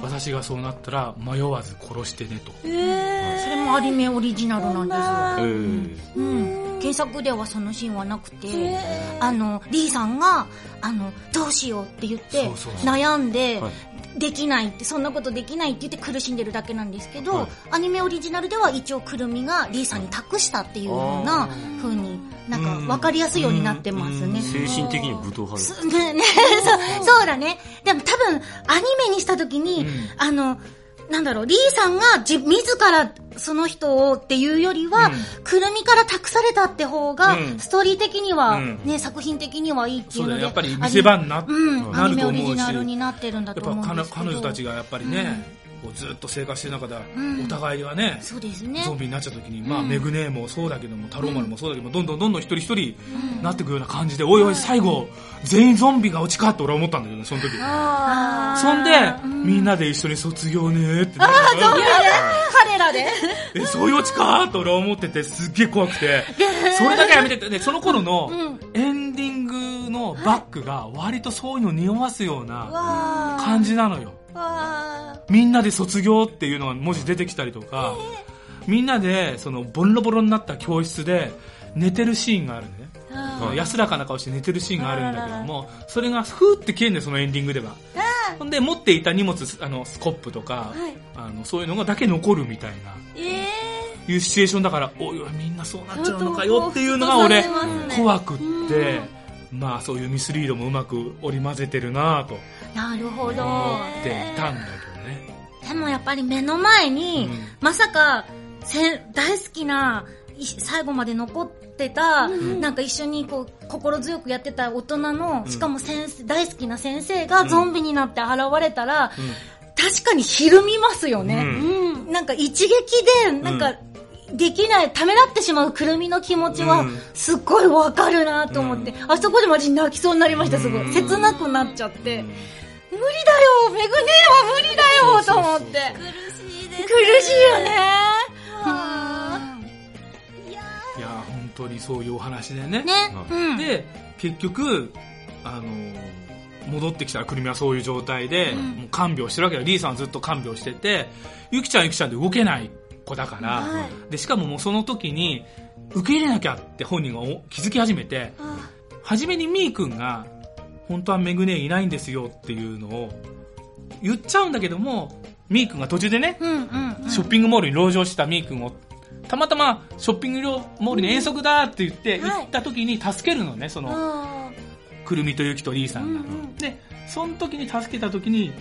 S2: 私がそうなったら迷わず殺してねと。
S5: えー
S1: それもアニメオリジナルなんです
S4: えー
S1: よ。うん、検索ではそのシーンはなくて、
S5: え
S1: あの、リーさんが、あの、どうしようって言っ
S2: そ
S1: て、
S2: うそうそう
S1: 悩んで、
S4: はい
S1: できないって、そんなことできないって言って苦しんでるだけなんですけど、
S4: はい
S1: アニメオリジナルでは一応くるみがリーさんに託したっていうような風に、なんか
S2: うん
S1: 分かりやすいようになってますね。
S4: 精神的に武闘派です
S1: すねね、そう、 そうだね。でも多分、アニメにしたときに、
S2: うん
S1: あの、なんだろう、リーさんが自、自らその人をっていうよりは、
S2: うん
S1: くるみから託されたって方が、
S2: うん
S1: ストーリー的には、
S2: うん
S1: ね、作品的にはいいってい
S2: そうう
S1: の
S2: だ
S1: で。
S2: ね。やっぱり見せ場にな
S1: アニメうん、
S2: な
S1: アニ
S2: る
S1: メ
S2: と
S1: オリ
S2: 思
S1: ジ
S2: うし。
S1: ナルになってるんだ
S2: や
S1: と
S2: っぱ
S1: 思うん
S2: 彼
S1: ですけど。
S2: 彼女たちがやっぱりね、こうずっと生活してる中で、お互いはね、
S1: そうですね。
S2: ゾンビになっちゃった時に、まあ、メグネーもそうだけども、タローマルもそうだけども、どんどんどんどん一人一人なっていくような感じで、おいおい、最後、全員ゾンビが落ちかって俺は思ったんだけどね、その時。
S5: あ
S2: そんで、みんなで一緒に卒業ねーってなって。
S3: 彼らで
S2: え、そういうオチかと俺は思ってて、すっげえ怖く て。それだけはやめてて、で、その頃のエンディングのバックが割とそういうの匂わすよう
S5: ー
S2: な
S5: わー
S2: 感じなのよ。
S5: わ
S2: みんなで卒業っていうのが文字出てきたりとか、みんなで、その、ボロボロになった教室で寝てるシーンがあるのね。
S5: ーあ
S4: はい
S2: 安らかな顔して寝てるシーンがあるんだけども、それがふーって消えんだよ、そのエンディングでは。ほんで、持っていた荷物、あの、スコップとか、
S5: はい
S2: あの、そういうのがだけ残るみたいな。
S5: ーえ
S2: いうシチュエーションだから、おいおい、みんなそうな
S5: ー
S2: っちゃうのかよっていうのが俺、
S5: い。
S2: 怖くって、まあそういうミスリードもうまく織り交ぜてるなぁと
S1: なるほ
S2: 思
S1: ど。
S2: っていたんだけどね。
S1: でもやっぱり目の前に、
S2: うん
S1: まさかせ大好きない最後まで残ってた、なんか一緒にこう心強くやってた大人の、しかも先生大好きな先生がゾンビになって現れたら、確かにひるみますよね、
S5: うん。
S1: なんか一撃でなんか、できない、ためらってしまうくるみの気持ち
S2: う
S1: は
S2: ん、
S1: すっごいわかるなと思って、あそこで私泣きそうになりました、すご
S2: う
S1: い。
S2: ん
S1: 切なくなっちゃって、無理だよ、めぐねえは無理だよ、と思って。
S5: 苦しいです。
S1: 苦しいよね。
S2: いやー本当にそういうお話でね。
S1: ね。うん。
S2: で、結局、あのー戻ってきたらくるみはそういう状態で、もう看病してるわけよ。リーさんはずっと看病してて、ゆきちゃんはゆきちゃんで動けない子だから、
S5: は
S2: で、しかももうその時に、受け入れなきゃって本人がお気づき始めて、
S5: あ
S2: はじめにみーくんが、本当はめぐねいないんですよっていうのを言っちゃうんだけども、みーくんが途中でね、
S1: うんうん。
S2: ショッピングモールに籠城したみーくんを、たまたまショッピングモールに遠足だって言って、
S5: うんはい
S2: 行った時に助けるのね、その、
S5: あ
S2: くるみとゆきとりーさんが。
S5: うんうん
S2: で、その時に助けた時に、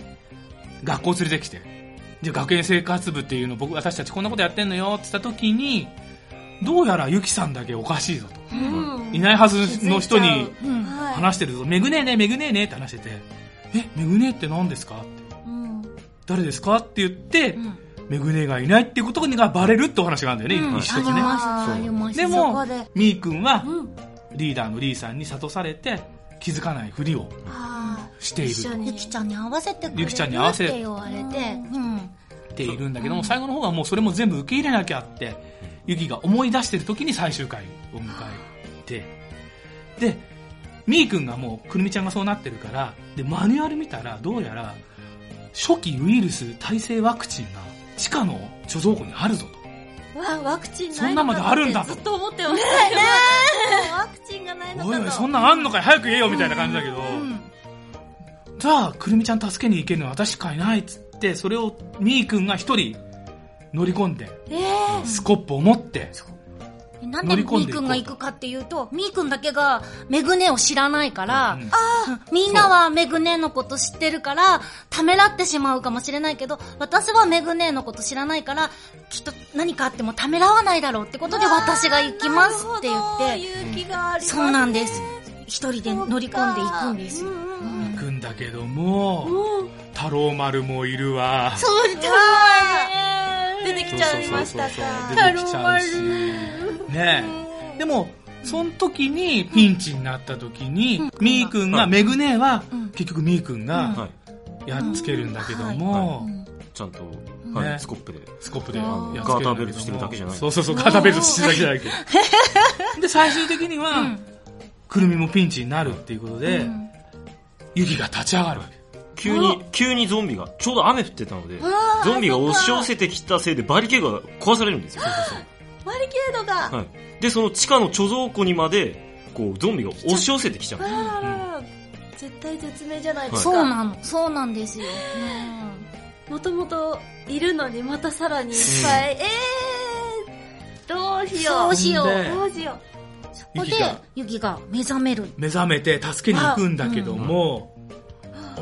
S2: 学校連れてきて、じゃあ学園生活部っていうの僕、私たちこんなことやってんのよって言った時に、どうやらゆきさんだけおかしいぞと。
S5: うん
S2: いないはずの人に、
S1: うん。
S5: はい
S2: 話してるぞ、めぐねえね、めぐねえねって話してて、え、めぐねえって何ですかって。
S5: うん
S2: 誰ですかって言って、
S1: ん
S2: めぐねがいないっていうことがバレるってお話があるんだよね、
S1: うん
S2: 一つね。
S1: ありました
S2: で
S1: ありましたそ
S2: も
S1: こで、
S2: みーくんは
S5: うん、
S2: リーダーのリーさんに諭されて、気づかないふりを
S5: あ
S2: している
S5: 一緒
S2: と
S5: に
S1: ゆきちゃんに合わせてくれる
S2: ゆきちゃんに合わせ
S1: って言われて、うん。
S2: っているんだけども、最後の方はもうそれも全部受け入れなきゃって、ゆきが思い出してる時に最終回を迎えて、で、みーくんがもうくるみちゃんがそうなってるから、で、マニュアル見たら、どうやら、初期ウイルス耐性ワクチンが地下の貯蔵庫にあるぞと。
S5: ーわワクチン
S2: そ
S5: なんい
S2: な
S5: の
S2: ま
S5: か
S2: で
S5: な
S2: あるんだ
S5: ってずっと思ってましたよ、ね、ワクチンがないのか
S2: おい
S5: と
S2: おい、そんなんあんのかい早く言えよみたいな感じだけど、じゃあ、くるみちゃん助けに行けるのは私しかいないっつって、それをみーくんが一人乗り込んで、
S5: えー
S2: スコップを持って、
S1: えなんで
S2: 乗り
S1: み
S2: 込んでい
S1: ーく
S2: こうんと
S1: が行くかっていうと、みーくんだけがめぐねを知らないから、
S2: うん
S1: みんなはめぐねのこと知ってるから、ためらってしまうかもしれないけど、私はめぐねのこと知らないから、きっと何かあってもためらわないだろうってことで私が行きますって言って、
S5: て勇気がありますね
S1: そうなんです。一人で乗り込んでいくんですよ。
S5: うんうんうん
S2: 行くんだけども、太郎丸もいるわ。
S1: そう言って
S5: わー出てきちゃいました
S2: そうそうそう
S5: か
S2: 出てきちゃうし。ねえ。でも、その時に、ピンチになった時に、みーくんが、
S4: はい
S2: めぐねえは
S1: うん、
S2: 結局みーくん
S4: は
S2: が、
S4: い。
S2: やっつけるんだけど
S4: う
S2: も、
S4: ちゃんと、はい
S2: ね
S4: スコップで。
S2: スコップで
S4: あ
S2: や
S4: ー
S2: っつけるんだけども。
S4: ガーターベルトしてるだけじゃない
S2: そうそうそう、ガーターベルトしてるだけじゃないけど。で、最終的には、くるみもピンチになるっていうことで、ゆきが立ち上がるわけ。
S4: 急に、急にゾンビが、ちょうど雨降ってたので、ゾンビが押し寄せてきたせいでバリケードが壊されるんですよ。
S5: バリケードが、
S4: はい。で、その地下の貯蔵庫にまで、こう、ゾンビが押し寄せてきちゃう。
S5: あららら絶対絶命じゃないですか、
S1: そうなの。そうなんですよ。
S5: もともといるのにまたさらにいっぱい、えー、どうしよう
S1: どうしよう
S2: ほんで
S5: どうしよ
S1: こ
S2: ゆ
S1: こ
S2: き
S1: で
S2: が、
S1: ゆきが目覚める。
S2: 目覚めて助けに行くんだけども、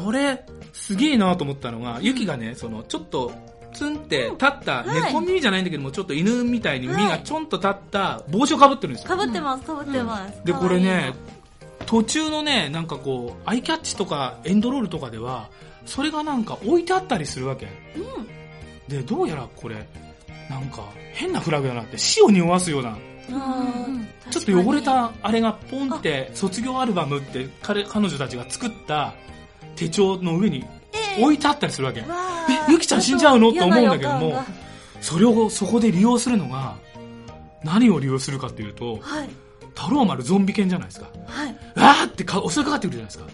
S2: 俺、すげえなと思ったのが、ゆきがね、その、ちょっと、ツンって立った、
S5: はい
S2: 猫耳じゃないんだけども、ちょっと犬みたいに
S5: はい
S2: 耳がちょんと立った帽子をかぶってるんです
S5: う
S2: よ。
S5: かぶってますかぶってます、
S2: で、
S5: 可
S2: これ
S5: 愛い
S2: ね、途中のね、なんかこう、アイキャッチとかエンドロールとかでは、それがなんか置いてあったりするわけ。で、どうやらこれ、なんか変なフラグだなって、死を匂わすような、
S5: あー
S2: ちょっと汚れたあれがポンって卒業アルバムって彼彼女たちが作った手帳の上に置いてあったりするわけ、
S5: わ
S2: えゆきちゃん死んじゃうのって思うんだけど
S5: 嫌な予
S2: も
S5: 感
S2: それをそこで利用するのが何を利用するかっていうと
S5: がはい
S2: 太郎丸ゾンビ犬じゃないですか
S5: はい
S2: あーってか襲いかかってくるじゃないですか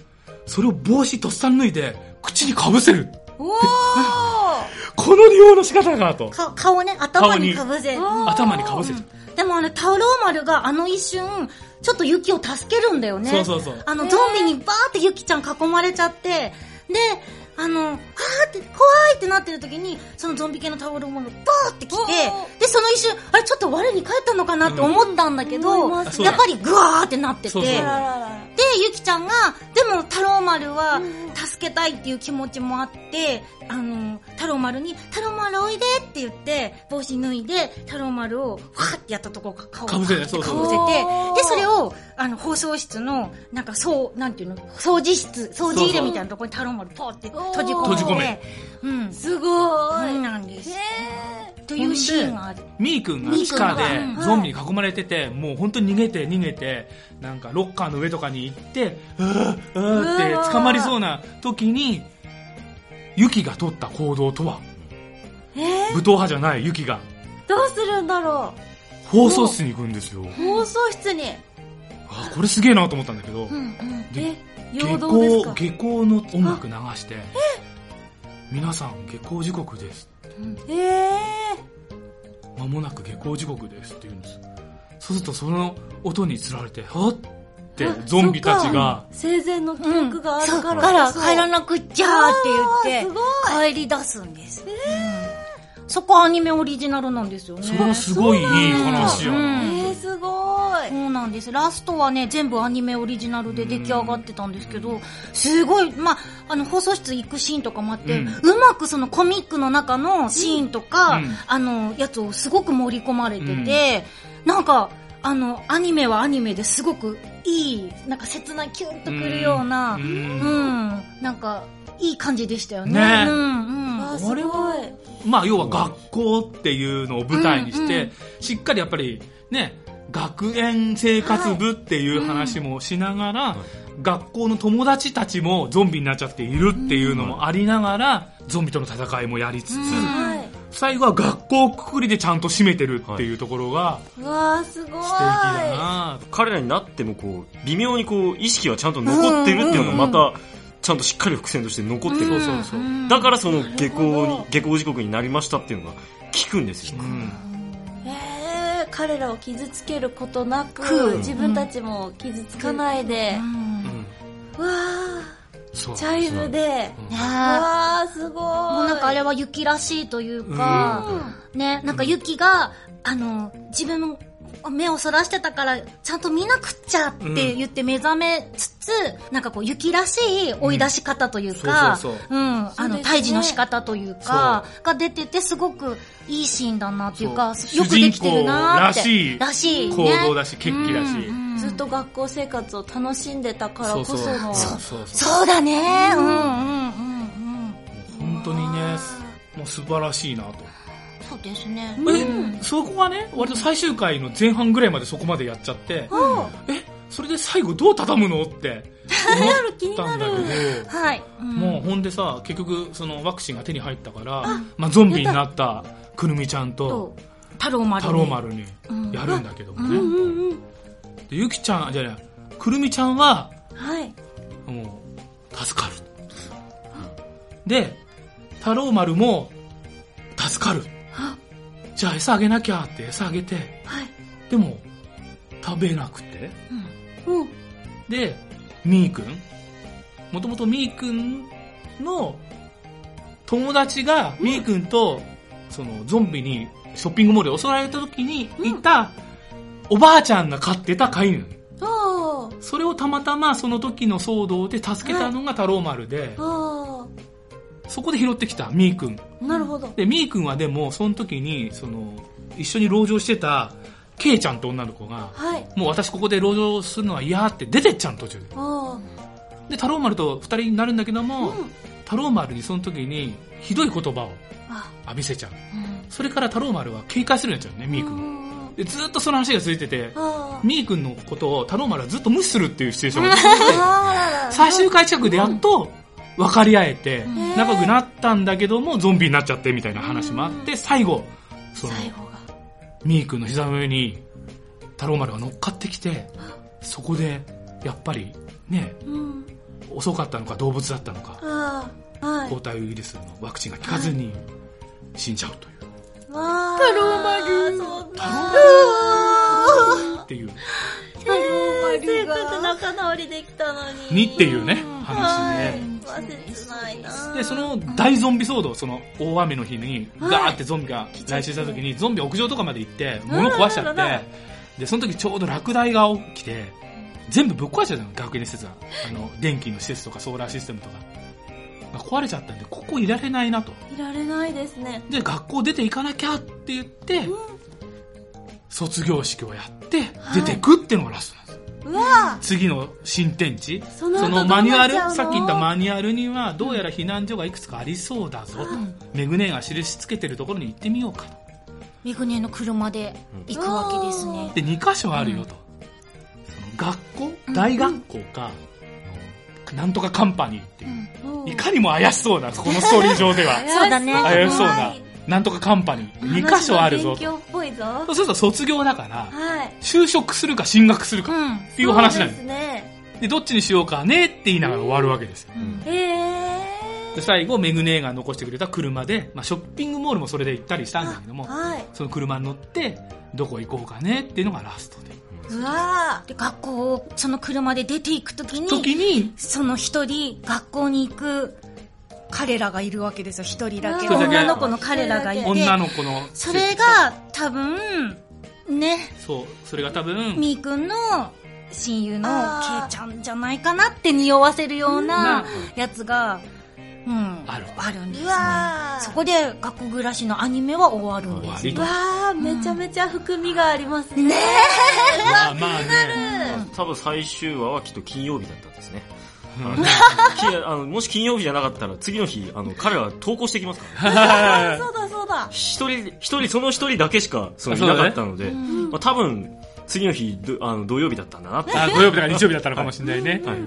S2: それを帽子とっさに脱いで口にかぶせる
S5: おー
S2: この利用の仕方がと
S1: か顔ね、頭にかぶせる。
S5: おー
S2: 頭にかぶせる、
S1: でもあれ、タロー丸があの一瞬、ちょっとユキを助けるんだよね。
S2: そうそうそう
S1: あの、ゾンビにバーってユキちゃん囲まれちゃって、で、あの、あーって、怖いってなってる時に、そのゾンビ系のタオルマンがバーって来て
S5: おー、
S1: で、その一瞬、あれ、ちょっと我に返ったのかなって思ったんだけど、
S5: うん思い
S2: ますね
S1: やっぱりグワーってなってて、
S2: そうそう
S5: あららら
S1: で、ゆきちゃんが、でも、太郎丸は、助けたいっていう気持ちもあって、あの、太郎丸に、太郎丸おいでって言って、帽子脱いで、太郎丸を、わーってやったとこ、顔を
S2: かぶせて
S1: パッて
S2: そう
S1: か
S2: そう
S1: ぶせて、
S5: おー
S1: で、それを、あの、放送室の、なんか、そう、なんていうの、掃除室、掃除入れみたいなとこに太郎丸ポーって閉じ込めて、
S2: 閉じ込め
S1: うん。
S5: すご
S1: そ
S5: ー
S1: う
S5: い
S1: なんです。
S5: えー
S1: というシーンがある。
S2: ミー君が
S1: ミー
S2: 地
S1: 君
S2: 下
S1: が
S2: でゾンビに囲まれてて、もう本当に逃げて逃げて、なんかロッカーの上とかに行って、うーうーって捕まりそうな時に、ユキが取った行動とは、
S5: え
S2: 武闘派じゃないユキが、
S5: ー、どうするんだろ
S2: 放送室に行くんですよ。
S5: う放送室に
S2: あ、これすげえなと思ったんだけど
S1: う、んうん。
S2: で
S5: え
S2: 下
S5: 陽動です
S2: 校、
S5: か
S2: 下校の音楽流して、皆さん下校時刻です。
S5: ええ
S2: 間もなく下校時刻ですって言うんです。そうするとその音につられて、はっって
S5: ー、
S2: ゾンビたちが、
S5: 生前の記憶があ
S1: そ
S5: る
S1: っ
S5: か
S1: からら帰らなくっちゃーって言って
S5: す、ご
S1: 帰り出すんです、うんそこアニメオリジナルなんですよね
S2: それがすごいいい話よ。
S1: うん
S5: いえー、すごい
S1: そうなんですラストはね全部アニメオリジナルで出来上がってたんですけどすごい、まあ、あの放送室行くシーンとかもあっ
S2: う
S1: て、うんまくそのコミックの中のシーンとか、
S2: うん
S1: あのやつをすごく盛り込まれてて、なんかあのアニメはアニメですごくいいなんか切ないキュンとくるような、
S2: う
S1: うんんなんかいい感じでしたよね。
S2: ね
S1: うんうん
S5: あー、すごい。
S2: まあ、要は学校っていうのを舞台にして、しっかりやっぱりね、学園生活部っていう話もしながら、学校の友達たちもゾンビになっちゃっているっていうのもありながら、ゾンビとの戦いもやりつつ、
S5: はい。
S2: 最後は学校くくりでちゃんと締めてるっていうところが
S5: うわー、すごい。
S2: 素敵だな
S4: 彼らになってもこう微妙にこう意識はちゃんと残ってるっていうのがまたちゃんとしっかり伏線として残ってる、
S2: そうそう
S4: だからその下校
S5: なるほ
S4: に
S5: ど
S4: 下校時刻になりましたっていうのが聞くんですよ、
S2: うん
S5: えー、彼らを傷つけることな
S1: く
S5: く、自分たちも傷つかないで、
S2: うん
S5: うわ
S2: そう
S5: ー、チャイムで、
S1: ねえ
S5: うわー、すごい。
S1: も
S5: も
S1: うなんかあれは雪らしいというか、ね、なんか雪が、あの、自分の目をそらしてたから、ちゃんと見なくっちゃって言って目覚めつつ、なんかこう雪らしい追い出し方というか、
S2: うんそうそう
S1: うん、あ
S5: そう
S1: の、
S5: ですね
S1: 退治の仕方というか、が出ててすごくいいシーンだなっていうか、
S2: そう
S1: よくできてるなって。
S2: 主人公ら
S1: らしいね。
S2: 行動だし決起だし
S1: うんうん
S5: ずっと学校生活を楽しんでたからこその。
S2: そうそうそう
S1: そうだね。うんうんうんうん。
S2: 本当にねもう素晴らしいなと、
S1: そうですね。
S2: えそこはね割と最終回の前半ぐらいまでそこまでやっちゃって、えそれで最後どう畳むのって思っ たんだけど
S1: はい。う ん
S2: もうほんでさ結局そのワクチンが手に入ったから、まあ、ゾンビになったくるみちゃんと
S1: と太郎丸
S2: 太
S1: に
S2: 郎丸にやるんだけどもね、
S5: うんうんうん。
S2: でゆきちゃんじゃないくるみちゃんは
S5: はい。
S2: もう助かるで太郎丸も助かるじゃあ餌あげなきゃって餌あげて
S5: はい。
S2: でも食べなくて
S5: うん。
S2: でみーくんもともとみーくんの友達がみーくんとそのゾンビにショッピングモールで襲われた時にいたおばあちゃんが飼ってた飼い犬
S5: おー。
S2: それをたまたまその時の騒動で助けたのが太郎丸で、
S5: おー。
S2: そこで拾ってきたみーくん
S5: なるほど。
S2: でみーくんはでもその時にその一緒に籠城してたけいちゃんと女の子が
S5: はい。
S2: もう私ここで籠城するのは嫌って出てっちゃうの途中で
S5: おー。
S2: で太郎丸と二人になるんだけども、太郎丸にその時にひどい言葉を
S5: あ、
S2: 浴びせちゃう、それから太郎丸は警戒するようになっちゃうねみーく
S5: うん
S2: を
S5: んうん。
S2: でずっとその話が続いてて
S5: あー。
S2: みーくんのことを太郎丸はずっと無視するっていうシチュエーションが
S5: あ
S2: 最終回近くでやっと分かり合えて
S5: ん
S2: 仲良くなったんだけどもゾンビになっちゃってみたいな話もあって最後そ
S5: ー
S2: の
S5: 最後が。
S2: ミー君の膝の上に太郎丸が乗っかってきてそこでやっぱりね
S5: うん。
S2: 遅かったのか動物だったのか
S5: あー。はい。
S2: 抗体ウイルスのワクチンが効かずに死んじゃうという
S5: わー。太郎丸。そんな。
S2: っていう
S5: 太郎丸が。せっかく仲直りできたのに。
S2: にっていうね話
S5: は
S2: で
S5: い。。まあ、切ないなー
S2: で、その大ゾンビ騒動、その大雨の日に、ガーってゾンビが来襲した時に、ゾンビ屋上とかまで行って、物壊しちゃ
S5: う
S2: っ
S5: んうんうん
S2: て、で、その時ちょうど落雷が起きて、全部ぶっ壊しちゃったの、学園の施設が。あの、電気の施設とかソーラーシステムとか。が壊れちゃったんで、ここいられないなと。
S5: いられないですね。
S2: で、学校出ていかなきゃって言って、卒業式をやって、出てくっていうのがラストなんですよ。
S5: うわ
S2: 次の新天地
S5: その後
S2: マニュアル
S5: どうなっちゃうの
S2: さっき言ったマニュアルにはどうやら避難所がいくつかありそうだぞと、メグネが印つけてるところに行ってみようかと
S1: ミグネの車で行くわけですね。
S2: で2箇所あるよと、その学校大学校か、なんとかカンパニーっていう、
S5: ー。
S2: いかにも怪しそうなこのストーリー上 では
S1: そうだね
S2: 怪しそうななんとかカンパニー2箇所あるぞ
S5: 勉強っぽいぞ。
S2: そうすると卒業だから
S5: はい。
S2: 就職するか進学する
S1: う
S2: かっ
S1: ん。
S2: ていう話なの
S5: そうですね。
S2: でどっちにしようかねって言いながら終わるわけですよ
S5: ええ
S2: で最後メグネーが残してくれた車で、まあ、ショッピングモールもそれで行ったりしたんだけども
S5: はい。
S2: その車に乗ってどこ行こうかねっていうのがラストで
S5: うわ
S1: で、学校を、その車で出ていくとき
S2: 時
S1: に、
S2: に
S1: その一人、学校に行く彼らがいるわけですよ。一人だけ。
S2: 一人だけ
S1: 女の子の彼らがいて。
S2: 女の子の
S1: それが、多分、ね、
S2: そうそれが多分
S1: みーくんの親友のけいちゃんじゃないかなって匂わせるようなやつが、うん、
S2: ある
S1: あるんです
S5: ー。う
S1: ね。
S5: わー。
S1: そこで学校暮らしのアニメは終わるん
S2: 終
S1: で
S2: わ
S1: す
S2: り
S5: う
S2: と
S5: わ
S2: ま
S5: ー、めちゃめちゃ含みがありますね。
S2: あまあね
S4: 多分最終話はきっと金曜日だったんですね、あの きあのもし金曜日じゃなかったら次の日あの彼らは投稿してきますからね
S5: あ そうだそうだ。
S4: 一人一人その一人だけしかそのい
S2: あそうだ
S4: な
S2: ね
S4: かったので、まあ、多分次の日どあの土曜日だったんだなっ て
S2: あ土曜日だから日曜日だったのかもしれないね。
S4: はい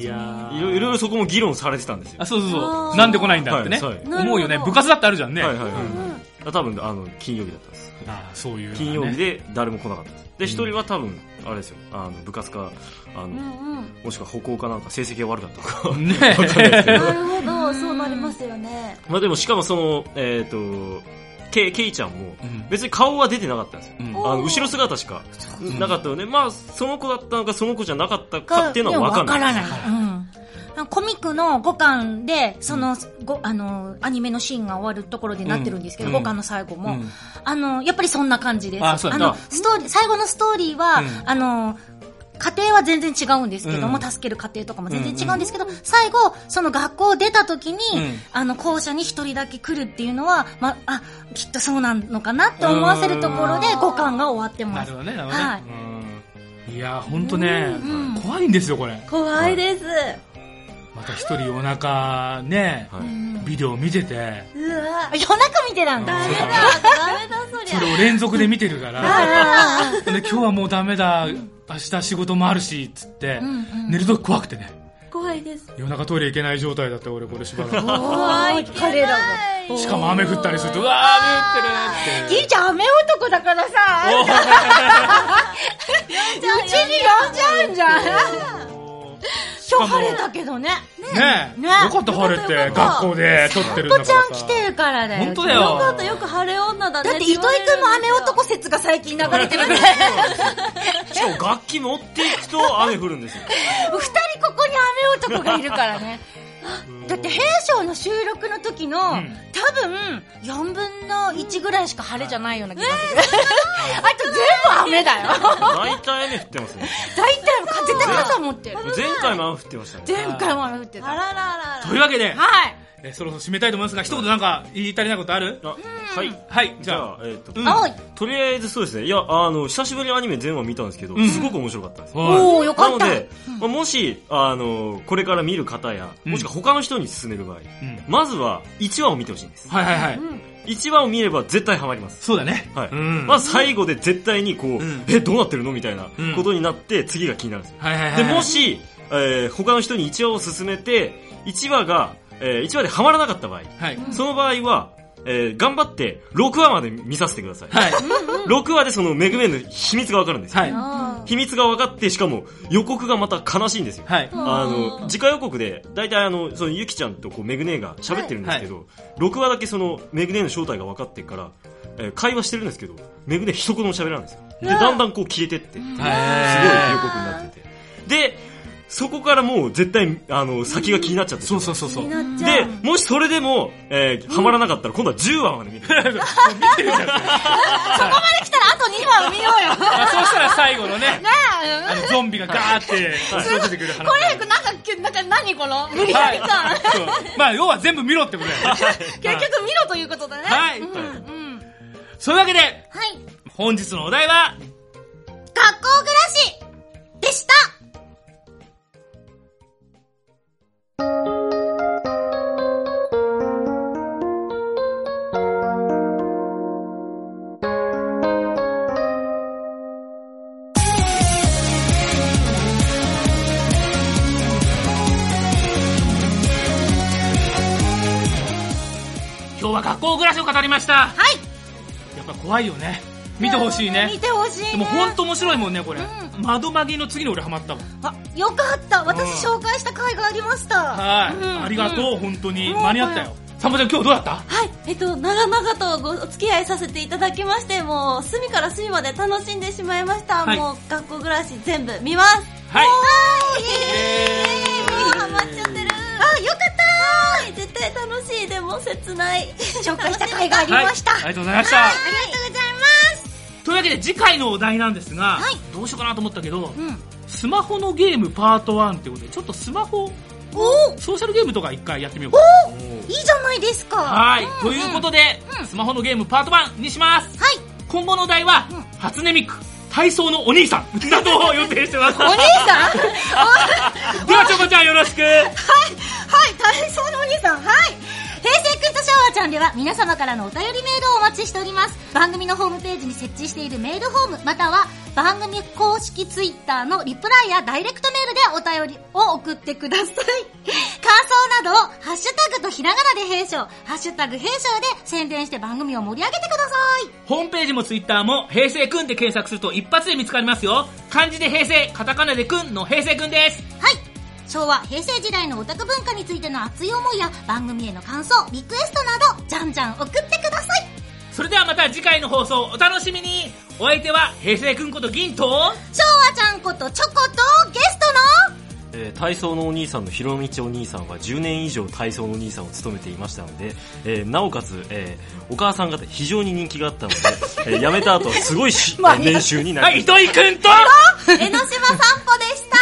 S2: いや
S4: いろいろいろそこも議論されてたんですよ
S2: あ、そうそう
S5: あ
S2: そう。
S5: ー
S2: なんで来ないんだってね。
S4: はいはい
S2: 思うよね。部活だってあるじゃんね。
S4: はいはいはい、
S2: うん
S4: 多分あの金曜日だったんです
S2: あーそういう。
S4: 金曜日
S2: で。
S4: で誰も来なかったですで一人は多分あれですよあの部活かあの、
S5: うんうん。
S4: もしくは歩行かなんか成績が悪かったのか
S2: ね
S4: わかんないですけど
S5: なるほど、そうなりますよね。
S4: まあでもしかもそのえっ、とケイケイちゃんも
S2: うん
S4: 別に顔は出てなかったんですよ、
S2: うん
S4: あの後ろ姿しかなかったので、まあその子だったのかその子じゃなかったか
S1: か
S4: っていうのは分かんない
S1: いやわからないうん。コミックの5巻で、その、ごあの、アニメのシーンが終わるところでなってるんですけど、
S2: うん
S1: 5巻の最後
S2: う
S1: も、
S2: ん
S1: あの、やっぱりそんな感じです。
S2: あそうなんだ
S1: の、ストーリー、最後のストーリーは、
S2: うん
S1: あの、家庭は全然違うんですけども、
S2: うん
S1: 助ける家庭とかも全然違うんですけど、最後、その学校を出た時に、
S2: うん
S1: あの、校舎に一人だけ来るっていうのは、ま、あ、きっとそうなのかなって思わせるところで
S5: うん
S1: 5巻が終わってま
S2: な
S1: す
S2: る。ほどね、なる
S1: はい
S2: ほどね。うんいやー、ほんとね、怖いんですよ、これ。
S5: 怖いです。
S2: また一人お腹、ね、
S4: はい
S2: ビデオ見てて、
S5: うわ
S1: あ夜中見てたんだ。
S5: ダメだ、ダメだそり
S2: そ
S5: ゃ。
S2: れを連続で見てるから、で今日はもうダメだ、明日仕事もあるし、つって、寝るとき怖くてね。
S5: 怖いです。
S2: 夜中トイレ行けない状態だった俺これしばら
S5: 怖い。
S1: 彼らが
S2: くしかも雨降ったりするとうわー雨降ってるって
S1: ギーちゃん雨男だからさ、うちに呼んじゃうんじゃん。今日晴れたけどね。
S2: ねえ
S1: ね
S2: よかった晴れて
S5: よかった
S2: 学校で撮ってるん
S1: ポ
S2: だから
S1: ち
S2: さ
S1: ゃん来てるからだよ。
S2: 本当だよ
S5: よかった、よく晴れ女だね。
S1: だって、糸井くんも雨男説が最近流れてるね。
S4: しかも楽器持っていくと雨降るん ですよ
S1: 二人ここに雨男がいるからね。だって、平昌の収録の時の、多分、4分の1ぐらいしか晴れじゃないような気がする。 あと全部雨だよ。
S4: 大体雨降ってますね
S1: 大体、絶対傘持ってる。
S4: 前回も雨降ってましたね
S1: 前回も雨降って
S5: あ
S1: た。
S5: ららら
S2: というわけで、
S1: はい。
S2: えーそろそろ締めたいと思いますが一言なんか言い足りないことある
S4: あはい
S2: はいじ
S4: じ
S2: ゃあ
S4: ゃあ、えっ、と、
S2: うん
S1: 青い。
S4: とりあえずそうですね。いや、あの、久しぶりにアニメ全話見たんですけど、
S2: ん
S4: すごく面白かったです。
S2: は
S1: おー、よか
S4: なの
S1: った。
S4: で、まあもし、あの、これから見る方や、
S2: うん
S4: もしくは他の人に勧める場
S2: い
S4: 合、
S2: うん
S4: まずは1話を見てほしいんです。
S2: はいはいはい
S4: 1話を見れば絶対ハマります。
S2: そうだね
S4: はい。
S2: うん
S4: まず最後で絶対にこう、
S2: ん
S4: え、どうなってるのみたいな
S2: うん
S4: ことになって、次が気になるんですよ。
S2: はいはいはい
S4: で、もし、えー他の人に1話を勧めて、1話が、え1話でハマらなかった場合、
S2: はい
S4: その場合は、えー頑張って6話まで見させてください。
S2: はい
S4: 6話でそのめぐめの秘密がわかるんですよ。
S2: はい
S5: ら。
S4: 秘密が分かって、しかも予告がまた悲しいんですよ。
S2: はい
S4: あの、次回予告で、大体あの、そのゆきちゃんとこうめぐねが喋ってるんですけど、6話だけそのめぐねの正体が分かってから、えー会話してるんですけど、めぐね一言も喋らないんですよ。で、だんだんこう消えてって、すごい予告になってて。で、そこからもう絶対、あの、先が気になっちゃって。
S2: そうそうそうそう
S5: に
S2: 見
S5: なっちゃ
S4: で
S5: う。、
S4: もしそれでも、えーハマらなかったら、今度は10話まで見る。
S2: てるじゃんそれ
S1: 来たらあと2話見 ようよ。
S2: あそうしたら最後のね
S1: ね
S2: あのゾンビがガーって後ろ出てくる話
S1: え。これ、なんか、なんか 何この無理やり感。
S2: そうまあ要は全部見ろってことだよね
S1: 結局見ろということだね。
S2: はい
S1: うんうん。は
S2: そういうわけで
S1: い。
S2: 本日のお題は
S1: 学校暮らしでした
S2: 今日は学校暮らしを語りました
S1: はい。
S2: やっぱ怖いよね見てほしいね
S1: 見てほしいね。
S2: でも本当面白いもんねこれ、窓マギの次に俺ハマったもん
S1: あ、よかった。私紹介した回がありました。
S2: はい、
S1: うん
S2: ありがとう本当に
S1: うん
S2: 間に合ったよさんまちゃん今日どうだった
S5: はい、えっと、長々とごお付き合いさせていただきまして、もう、隅から隅まで楽しんでしまいました。
S2: はい
S5: もう、学校暮らし全部見ます。
S2: は
S5: はい、
S2: いえ
S5: もうハマっちゃってる。あ、よかったはい、絶対楽しい。でも、切ない。
S1: 紹介した回があり
S2: ーはいあ
S1: ました。
S2: りがとうございました
S1: ありがとうございます。
S2: というわけで次回のお題なんですが、
S1: はい
S2: どうしようかなと思ったけど、
S1: うん。
S2: スマホのゲームパート1ってことでちょっとスマホ
S1: お
S2: ソーシャルゲームとか一回やってみようかな
S1: ーいいじゃないですか。
S2: はい、
S1: ん
S2: ということで、
S1: うん
S2: スマホのゲームパート1にします
S1: はい。
S2: 今後のお題は、
S1: うん
S2: 初音ミク体操のお兄さんなどを予定してますで
S3: お兄さん
S2: はちょこちゃんよろしく
S1: はい、体操のお兄さん、はい。平成クイズシャワーちゃんでは皆様からのお便りメールをお待ちしております。番組のホームページに設置しているメールフォーム、または番組公式ツイッターのリプライやダイレクトメールでお便りを送ってください。感想などをハッシュタグとひらがなで平将、ハッシュタグ平将で宣伝して番組を盛り上げてください。
S2: ホームページもツイッターも平成くんで検索すると一発で見つかりますよ漢字で平成カタカナでくんの平成くんです
S1: はい昭和平成時代のオタク文化についての熱い思いや番組への感想リクエストなどじゃんじゃん送ってください
S2: それではまた次回の放送お楽しみにお相手は平成くんこと銀と
S1: 昭和ちゃんことチョコとゲストの
S4: えー体操のお兄さんのひろみちお兄さんは10年以上体操のお兄さんを務めていましたので、えーなおかつ、えーお母さん方非常に人気があったの で、えー辞めた後はすごいし、えー年収にな
S2: はい
S4: りまし
S2: 糸井くんと
S5: 江ノ島散歩でした
S2: あ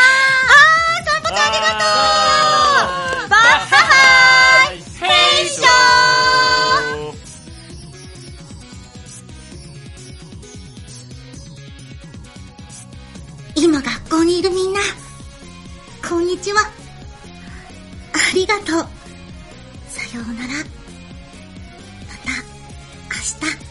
S2: りがとう
S1: バッハハイ
S2: 平
S1: シ
S2: 成
S1: ョー
S4: た。
S1: 今学校にいるみんな、こんにちは。ありがとう。さようなら。また、明日。